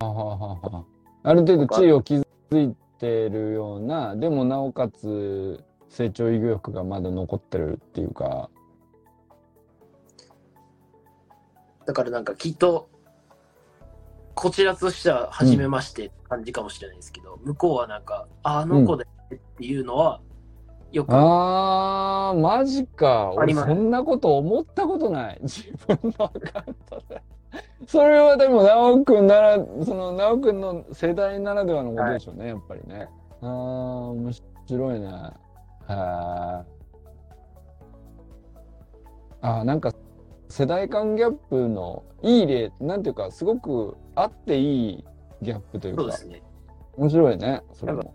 ははある程度地位を築いてるようなでもなおかつ成長意欲がまだ残ってるっていうか
だからなんかきっと、こちらとしては初めましてって感じかもしれないですけど、向こうはなんか、ああの子でっていうのは、よく
あーマジか
あ
俺
ります
そんなこと思ったことない自分のアカウントでそれはでも直くんならその直くんの世代ならではのことでしょうね、やっぱりねあー面白いねああなんか世代間ギャップのいい例なんていうかすごくあっていいギャップという
そうで
か
すね。
面白いねそれも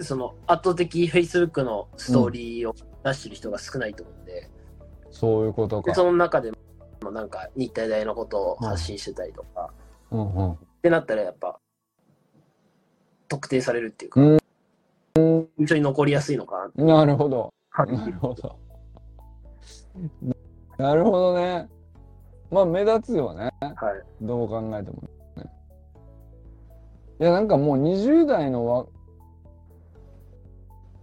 その圧倒的 Facebook のストーリーを出してる人が少ないと思うんで、
そういうことか
でその中でもなんか日体大のことを発信してたりとか、
うんうん
ってなったらやっぱ特定されるっていうか、
う
印象に残りやすいのかなって
なるほど
感
な
じ
るほど。なるほどね。まあ目立つよね。
はい
どう考えても、ね。いやなんかもう20代のわ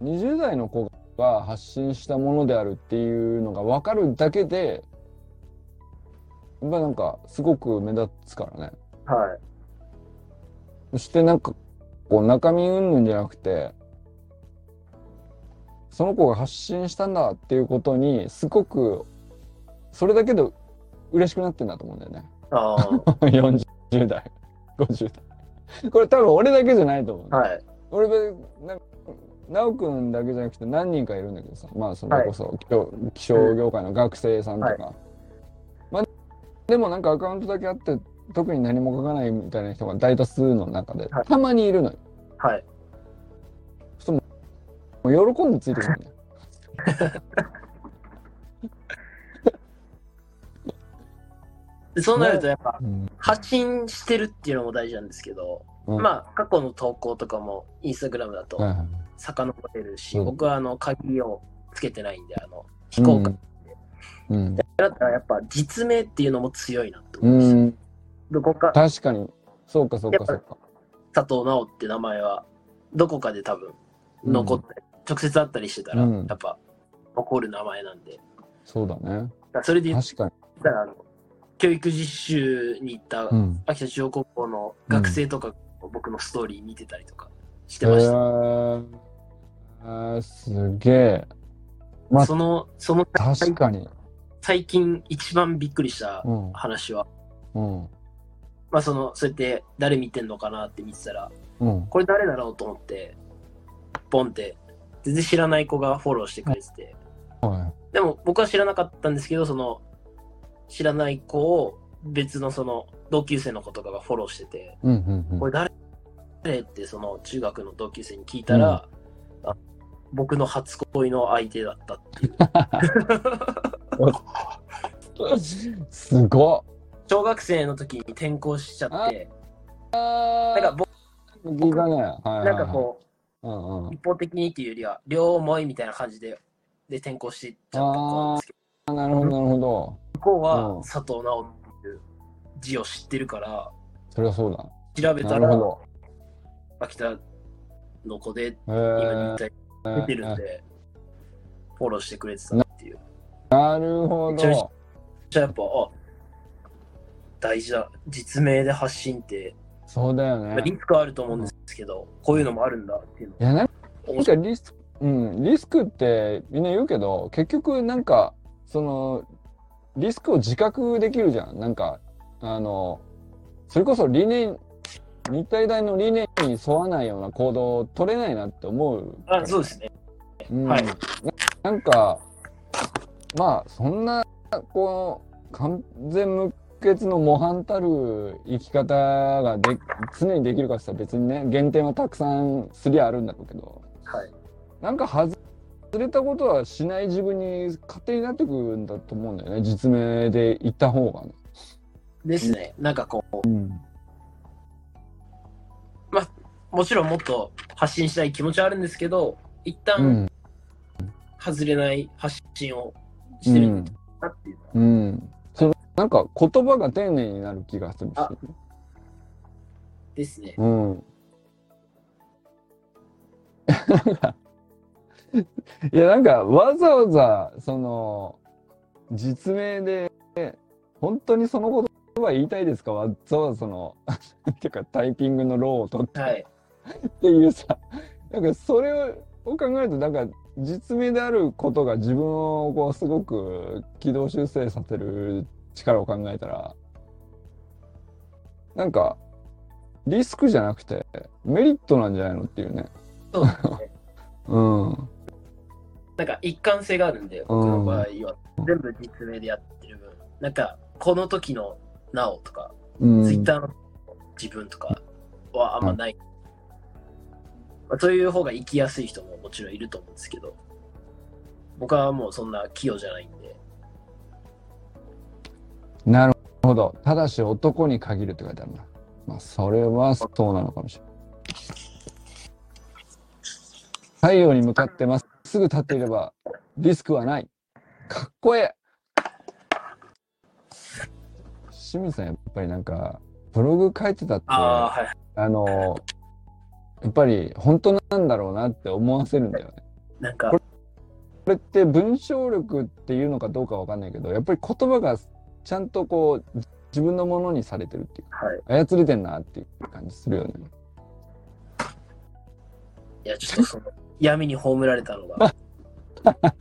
20代の子が発信したものであるっていうのが分かるだけでやっぱなんかすごく目立つからね。
はい
そしてなんかこう中身云々じゃなくてその子が発信したんだっていうことにすごくそれだけで嬉しくなってんだと思うんだよね
ああ
40代50代これ多分俺だけじゃないと思う、
はい
俺別になんか奈くんだけじゃなくて何人かいるんだけどさまあそれこそ気象,、気象業界の学生さんとか、まあでもなんかアカウントだけあって特に何も書かないみたいな人が大多数の中で、
はい
たまにいるのよ
はい
もう喜んでついてくるんだよ
でそうなるとやっぱ
うん
発信してるっていうのも大事なんですけど、
うん
まあ過去の投稿とかもインスタグラムだと
はいはい
遡れるし、
うん
僕はあの鍵をつけてないんであの
う
非公開、
ん
だったらやっぱ実名っていうのも強いなと
う
思
ん
いました、
うん
どこか
確かにそうかそうかそうか
佐藤直って名前はどこかで多分残って、直接会ったりしてたら、
うん
やっぱ残る名前なんで
そうだね
だからそれで言っ
確かに
たらあの教育実習に行った
うん
秋田中央高校の学生とか、僕のストーリー見てたりとかしてました、
えーえーすげえまあ
そのその
確かに
最近一番びっくりした
うん
話は、
うん
まあそのそうやって誰見てんのかなって見てたら
うん
これ誰だろうと思ってボンって全然知らない子がフォローしてくれてて、
は
でも僕は知らなかったんですけど、その知らない子を別のその同級生の子とかがフォローしてて、
いうんうん
これ誰誰ってその中学の同級生に聞いたら、あ僕の初恋の相手だったっていう。
うんすごっ
小学生の時に転校しちゃって、
な
なんか僕
聞いたねはいはいはい
なんかこ
うんうん
う、一方的にっていうよりは、両思いみたいな感じでで転校していっちゃった子なんですけど、
あなるほどなるほど
向こう
うん
は佐藤直っていう字を知ってるから、
それはそうだ
調べた
なるほ
ら
ど
秋田の子で
え
今
ー
見た出てるんで、フォローしてくれてたっていう。
なるほ
めっちゃ
ど
じゃあやっぱ、あ大事だ。実名で発信って、
そうだよ
まあ
ね
リスクあると思うんですけど、こういうのもあるんだっていうの。
いやなんなんかリスク、うん、リスクってみんな言うけど結局なんかそのリスクを自覚できるじゃんなんかあのそれこそ理念日体大の理念に沿わないような行動を取れないなって思う
あそうですね。
うん
はい
ななんかまあそんなこう完全無欠の模範たる生き方がで常にできるかって言ったら別にね減点はたくさんすりゃあるんだろうけど
はい。
なんか外れたことはしない自分に勝手になってくるんだと思うんだよね実名で言った方がね。
ですね。なんかこ
うん
う、もちろんもっと発信したい気持ちはあるんですけど、一
う
旦
ん
外れない発信を
う
してるん
ん
だなっていうのは、
うんそのなんか言葉が丁寧になる気がするし
あですね。
うん。 いや、なんか、わざわざ、その、実名で、本当にそのことは言いたいですかわざわざその、 っていうか、タイピングのローを取っ
はい。
っていうさ、なんか、それを考えると、なんか、実名であることが自分をこうすごく軌道修正させる力を考えたらなんかリスクじゃなくてメリットなんじゃないのっていうね
そうですね。
うんうん
なんか一貫性があるんで、僕の場合は。全部実名でやってる分。なんか、この時のなおとか、
うん
ツイッターの自分とかはあんまない。まあ、そういう方が生きやすい人ももちろんいると思うんですけど、僕はもうそんな器用じゃないんで、
なるほどただし男に限るって書いてあるなまあそれはそうなのかもしれない太陽に向かってまっすぐ立っていればリスクはないかっこええ清水さんやっぱりなんかブログ書いてたって
ああ、はい。
あのやっぱり本当なんだろうなって思わせるんだよね。
なんか
こ、これって文章力っていうのかどうかわかんないけどやっぱり言葉がちゃんとこう自分のものにされてるっていう
はい。
操れてんなっていう感じするよね。
いや、ちょっと その、闇に葬られたのが、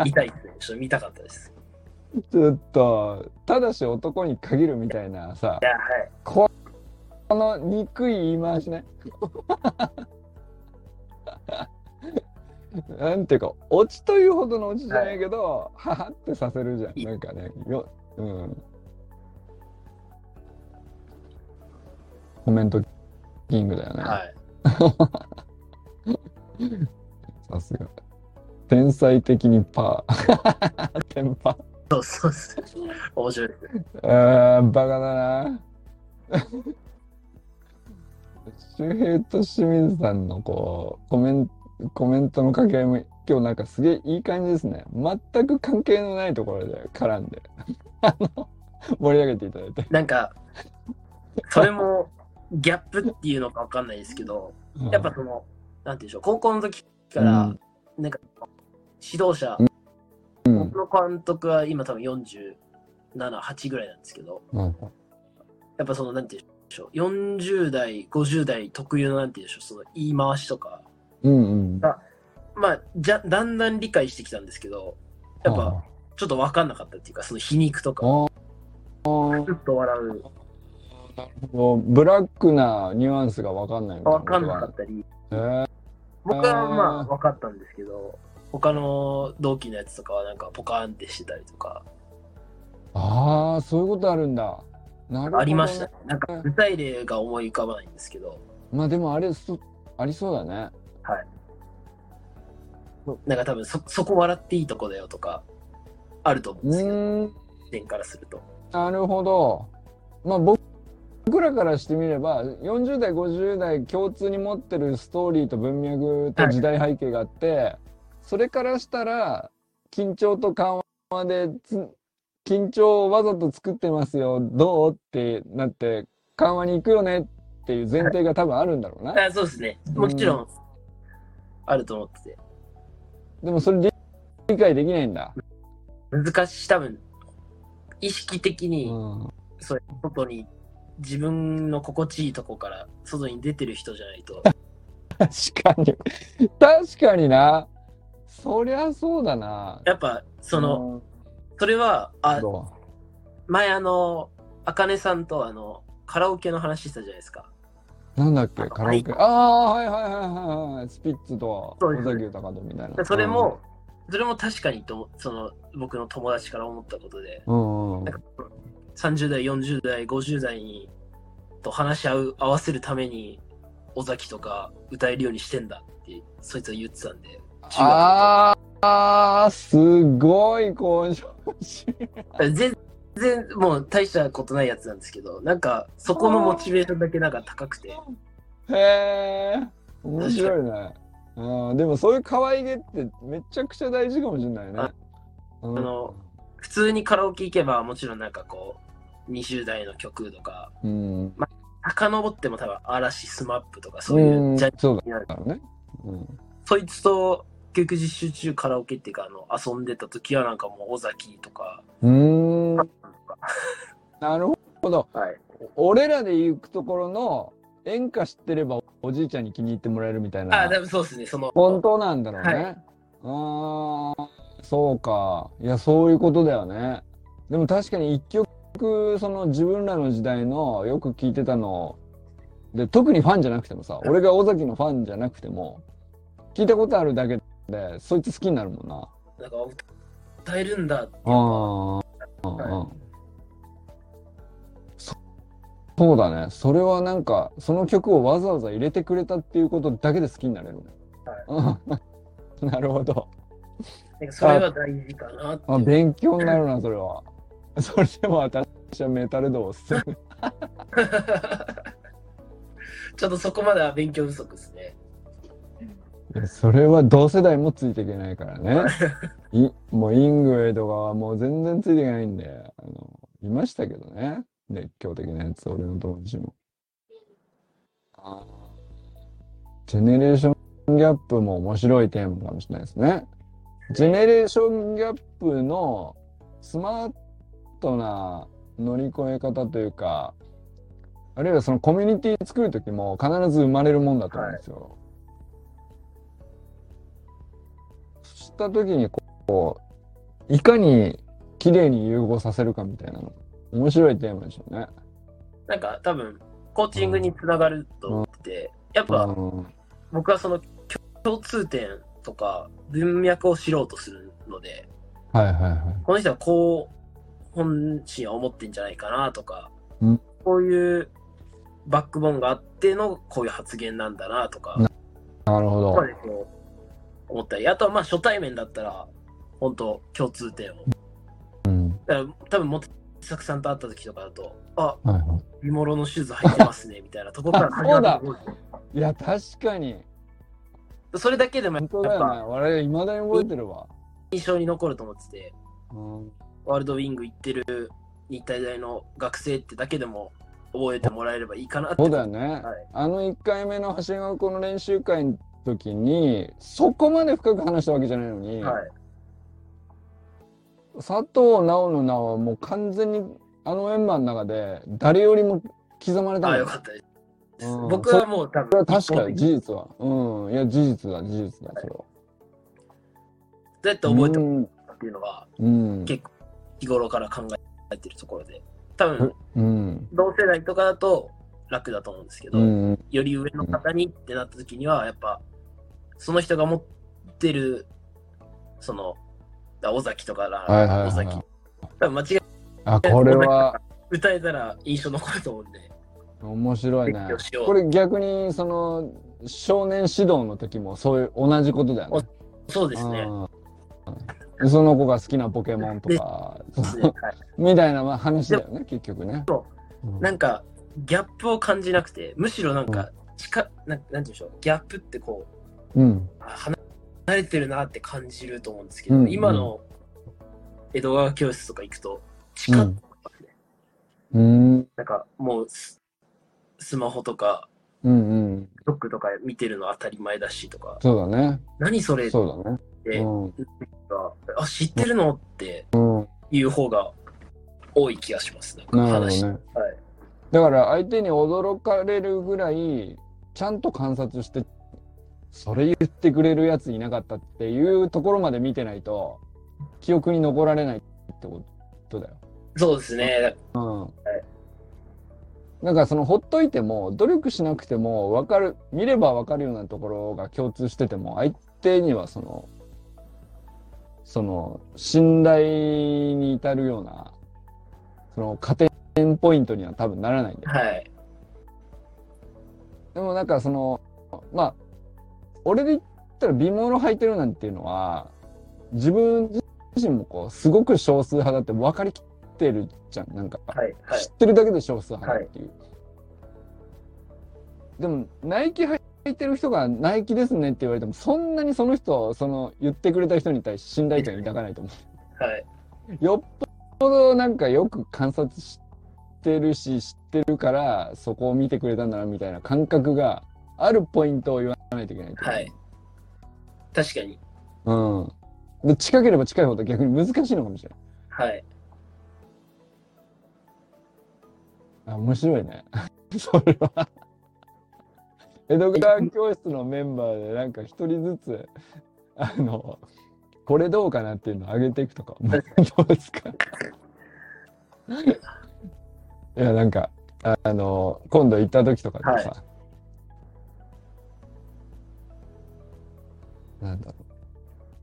痛いですね。ちょっと見たかったです。
ちょっとただし男に限るみたいなさ
いや、 はい。
この憎い言い回し ね。なんていうかオチというほどのオチじゃないけど、ははってさせるじゃんなんかねよ、うん、コメントキングだよね、
はい。
さすが天才的にパーテンパ
そうそうそう。面白いですね。
あーバカだな周平と清水さんのこうコメンコメントの掛け合いも今日なんかすげえいい感じですね全く関係のないところで絡んであの盛り上げていただいて
なんか、それも、ギャップっていうのかわかんないですけど、やっぱその、なんていうんでしょう、高校の時から、なんか、指導者、
うんうん
僕の監督は今多分47、8ぐらいなんですけど、
うん
やっぱその、なんていうんでしょう、40代、50代特有の、なんていうんでしょう、その言い回しとか、
うんうん
まあ、じゃ、だんだん理解してきたんですけど、やっぱ、ちょっと分かんなかったっていうか、その皮肉と
あ
か、
ーあー
ずっと笑う、
こうブラックなニュアンスが分かんないみたいな
分かんなかったり、
た、へ
僕はま
あ
あ
ー
分かったんですけど、他の同期のやつとかはなんかポカーンってしてたりとか、
ーあーそういうことあるんだなるほどね
ありましたね。なんか具体例が思い浮かばないんですけど、
まあでもあれそありそうだね
なんか多分そ、そこ笑っていいとこだよとか、あると思うん
う
ですけど、
ーん
視点からすると。
なるほどまあ僕僕らからしてみれば40代50代共通に持ってるストーリーと文脈と時代背景があって、それからしたら緊張と緩和でつ緊張をわざと作ってますよどうってなって緩和に行くよねっていう前提が多分あるんだろうな、
あそうですね。もちろん、あると思ってて。
でもそれ理理解できないんだ、
難しい、多分、意識的
う
に、
ん、
そういう外に自分の心地いいとこから外に出てる人じゃないと
確かに確かになそりゃそうだな
やっぱそのそれは
うん
あ
ど
前あのあかねさんとあのカラオケの話したじゃないですか
うなんだっけ
あの
カラオケ
は
ああはいはいはいはいはいスピッツと
そう
尾
です
崎豊とみたいな
それも、それも確かにとその僕の友達から思ったことで
うんうんうん
なんか30代40代50代にと話し合う合わせるために尾崎とか歌えるようにしてんだってそいつは言ってたんで中学の時
あーあーすごい向上心
全然もう大したことないやつなんですけどなんかそこのモチベーションだけなんか高くて
へえ面白いねうんでもそういう可愛げってめちゃくちゃ大事かもしれないね
あ
うん
あの普通にカラオケ行けばもちろんなんかこう20代の曲とか
うん
遡っても多分嵐スマップとかそう
う
い
ん
うジャニー
そう
ズになる
だろうねうん
そいつと結局実習中カラオケっていうかあの遊んでた時はなんかもう尾崎とか
うーん
なんか
なるほど
はい
俺らで行くところの演歌知ってればおじいちゃんに気に入ってもらえるみたい
あ
な
でもそうですねその
本当なんだろうね、
は
あーそうかいやそういうことだよねでも確かに一曲その自分らの時代のよく聞いてたので特にファンじゃなくてもさ俺が尾崎のファンじゃなくても聞いたことあるだけでそいつ好きになるもんな
なんか歌えるんだっていうか
ああ、
は
そそうだねそれはなんかその曲をわざわざ入れてくれたっていうことだけで好きになれるね、 うんなるほど
なんかそれは大事かなって
あ勉強になるなそれは それでも私はメタル道を捨てる
ちょっとそこまでは勉強不足ですね。
いやそれは同世代もついていけないからねいもうイングウェイとかはもう全然ついていけないんであのいましたけどね熱狂的なやつ俺の友達もあージェネレーションギャップも面白いテーマかもしれないですねジェネレーションギャップのスマートな乗り越え方というかあるいはそのコミュニティ作る時も必ず生まれるもんだと思うんですよ、そうした時にこういかに綺麗に融合させるかみたいなの面白いテーマでしょうね。
なんか多分、コーチングにつながると思ってて、やっぱ
うん
僕はその共通点とか文脈を知ろうとするので、
はいはいはい。
この人はこう本心は思ってんじゃないかなとか
うん、
こういうバックボーンがあってのこういう発言なんだなとか、
ななるほ
そ
ど
こま。でこう思ったり、あとはまあ初対面だったら、本当共通点を。
うん。
だから多分、もてさくさんと会った時とかだと、あ、
はいは
美モロのシューズ履いてま すね、みたいなとこから始まると思うんですよ
い。いや確かに
それだけでもや
本
っ
当だよね
ぱ。
我々未だに覚えてるわ。
印象に残ると思ってて、
うん。
ワールドウィング行ってる日体大の学生ってだけでも覚えてもらえればいいかなって。
そうだよね。あの1回目の橋川君の練習会の時にそこまで深く話したわけじゃないのに、
はい。
佐藤直の名はもう完全にあのメンバーの中で誰よりも刻まれた
あ
の
あ、
よ
よかったです。
うん
僕はもう多
それは
分、
確かに
に。
事実は。うん。いや、事実だ、事実だ、それは。
どうやって覚えて
う
も
ん
らうっていうのが、
うん。
結構日頃から考えてるところで、多分、
うん。
同世代とかだと楽だと思うんですけど、
うん。
より上の方にってなった時には、やっぱ、その人が持ってる、その、だ尾崎とかな
はいはい
ら、尾
はい
崎
はい。
多分間違いなく
あ、これは
歌えたら印象残ると思うんで、
面白いね
勉強しよ。う
これ逆に、その、少年指導の時もそういう同じことだよね。
そうですね。
うん。その子が好きなポケモンとか、
ですねはい
みたいなまあ話だよね、結局ね。
そ
うん
なんか、ギャップを感じなくて、むしろなんか、近なんなんて言うんでしょう、ギャップってこう、
うん。
あ離離れてるなって感じると思うんですけど、
うんうん
今の江戸川教室とか行くと、
う
近っ、
ん。うん。
なんかもうス、スマホとか、
うんうん。
ドックとか見てるの当たり前だしとか、
そうだね。
何それって、
そうだね。うん。
あ、知ってるのって
うん。
いう方が多い気がします。なんか
なるほど
話して
ね。
はい
だから相手に驚かれるぐらいちゃんと観察してそれ言ってくれるやついなかったっていうところまで見てないと記憶に残られないってことだよ。
そうですね。
うん。なんかそのほっといても努力しなくても分かる見れば分かるようなところが共通してても相手にはそのその信頼に至るようなその加点ポイントには多分ならないんだよ
はい。
でもなんかそのまあ俺で言ったら美毛の履いてるなんていうのは自分自身もこうすごく少数派だって分かりきってるじゃんなんか、
はい。はい
知。ってるだけで少数派だっていう、でもナイキ履いてる人がナイキですねって言われてもそんなにその人その言ってくれた人に対し信頼感抱かないと思う
はい。
よっぽどなんかよく観察してるし知ってるからそこを見てくれたんだなみたいな感覚があるポイントを言わないといけないと思
はい。確かに。
う、うん、で近ければ近いほど逆に難しいのかもしれない
はい。
あ面白いね それは江戸川教室のメンバーでなんか一人ずつあのこれどうかなっていうのを上げていくとか どうですかいやなんかああの今度行った時とかでさ、なんだろう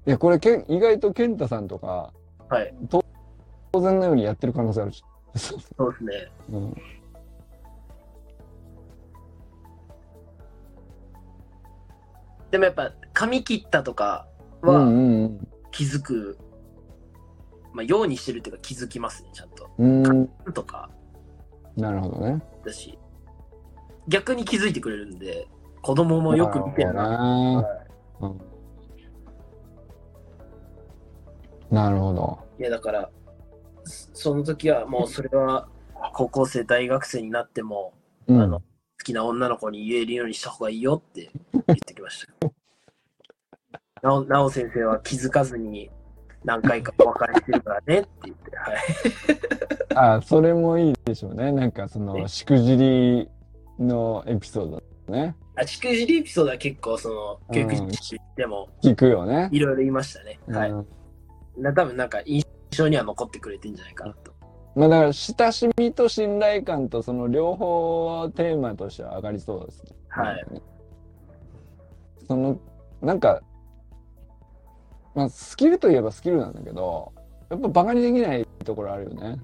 いやこれけん意外と健太さんとか
はい。
当然のようにやってる可能性あるし、
そうですね。
うん、
でもやっぱ、髪切ったとか
う
は
ん
気づく、まあ、ようにしてるっていうか気づきますね、ちゃんと。
うんうん
とか
なるほどね
だし、逆に気づいてくれるんで、子供もよく見てるな。
なるほどね
は
うんなるほど
いや、だから、そその時はもうそれは、高校生、大学生になっても、
うん
あの好きな女の子に言えるようにした方がいいよって言ってきました。 なおなお先生は気づかずに何回かお別れしてるからねって言って、はい、
あそれもいいでしょうねなんかその
え
しくじりのエピソードね
あしくじりエピソードは結構その教育
うん
実習でも
聞くよね
いろいろ言いましたね。はい、
うん
な多分なんか印象には残ってくれてんじゃないかなと。
まあだから親しみと信頼感とその両方をテーマとしては上がりそうですね。
はい。
そのなんか、まあ、スキルといえばスキルなんだけどやっぱバカにできないところあるよね。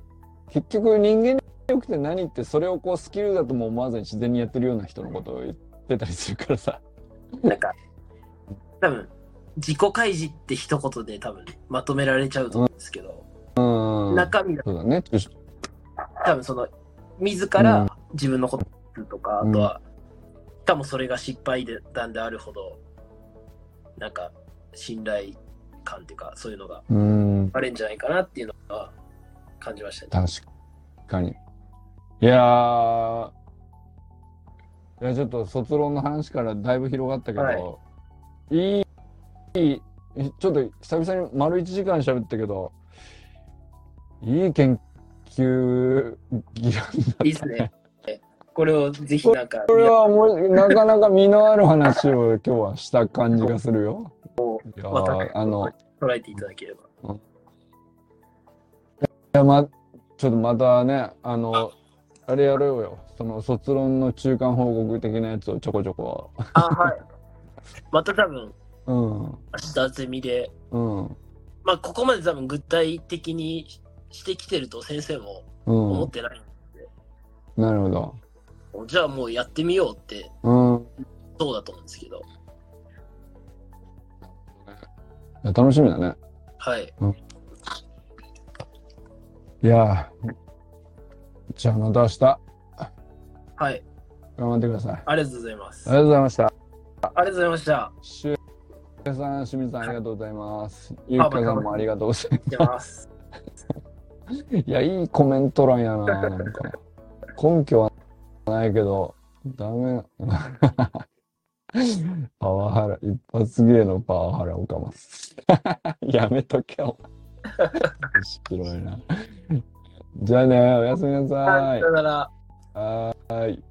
結局人間力って何ってそれをこうスキルだとも思わずに自然にやってるような人のことを言ってたりするからさ。
なんか多分自己開示って一言で多分まとめられちゃうと思うんですけど、
うん。
中身だ
そうだね。
多分その自ら自分のこととか、
うん
あとは多分それが失敗でなんであるほどなんか信頼感っていうかそういうのが
うん。
あれんじゃないかなっていうのは感じましたね。
確かに。いやー、いやちょっと卒論の話からだいぶ広がったけど、、
はい
いいえちょっと久々に丸1時間喋ったけど、いい研究議論
いいですね。これをぜひなんか
これはもうなかなか身のある話を今日はした感じがするよ。いや
私
ーあの、
捉えていただければ。
いやま、ちょっとまたね、あの、あれやろうよ。その卒論の中間報告的なやつをちょこちょこ。
あはい。また多分
うん。
明日ゼミで
うん。
まあここまで多分具体的にしてきてると先生も
う
思っ
ん。
てない、
なるほど。
じゃあもうやってみようって
うん。
そうだと思うんですけど。
いや楽しみだね。
はい。
いやーじゃあまた明日、
はい。
頑張ってください。あ
ありがとうございます。
り
あ
がとうございました。
りがとうございました。
しゅうさん、清水さん、ありがとうございます。ゆうきかさんもありがとうござい
行きます。
ます。いや、いいコメント欄やな、なんか。根拠はないけど、ダメ な。パワハラ、一発芸のパワハラをかます。 やめとけよ。面白いな。じゃあね、おやすみなさい
さ。よなら。
はい。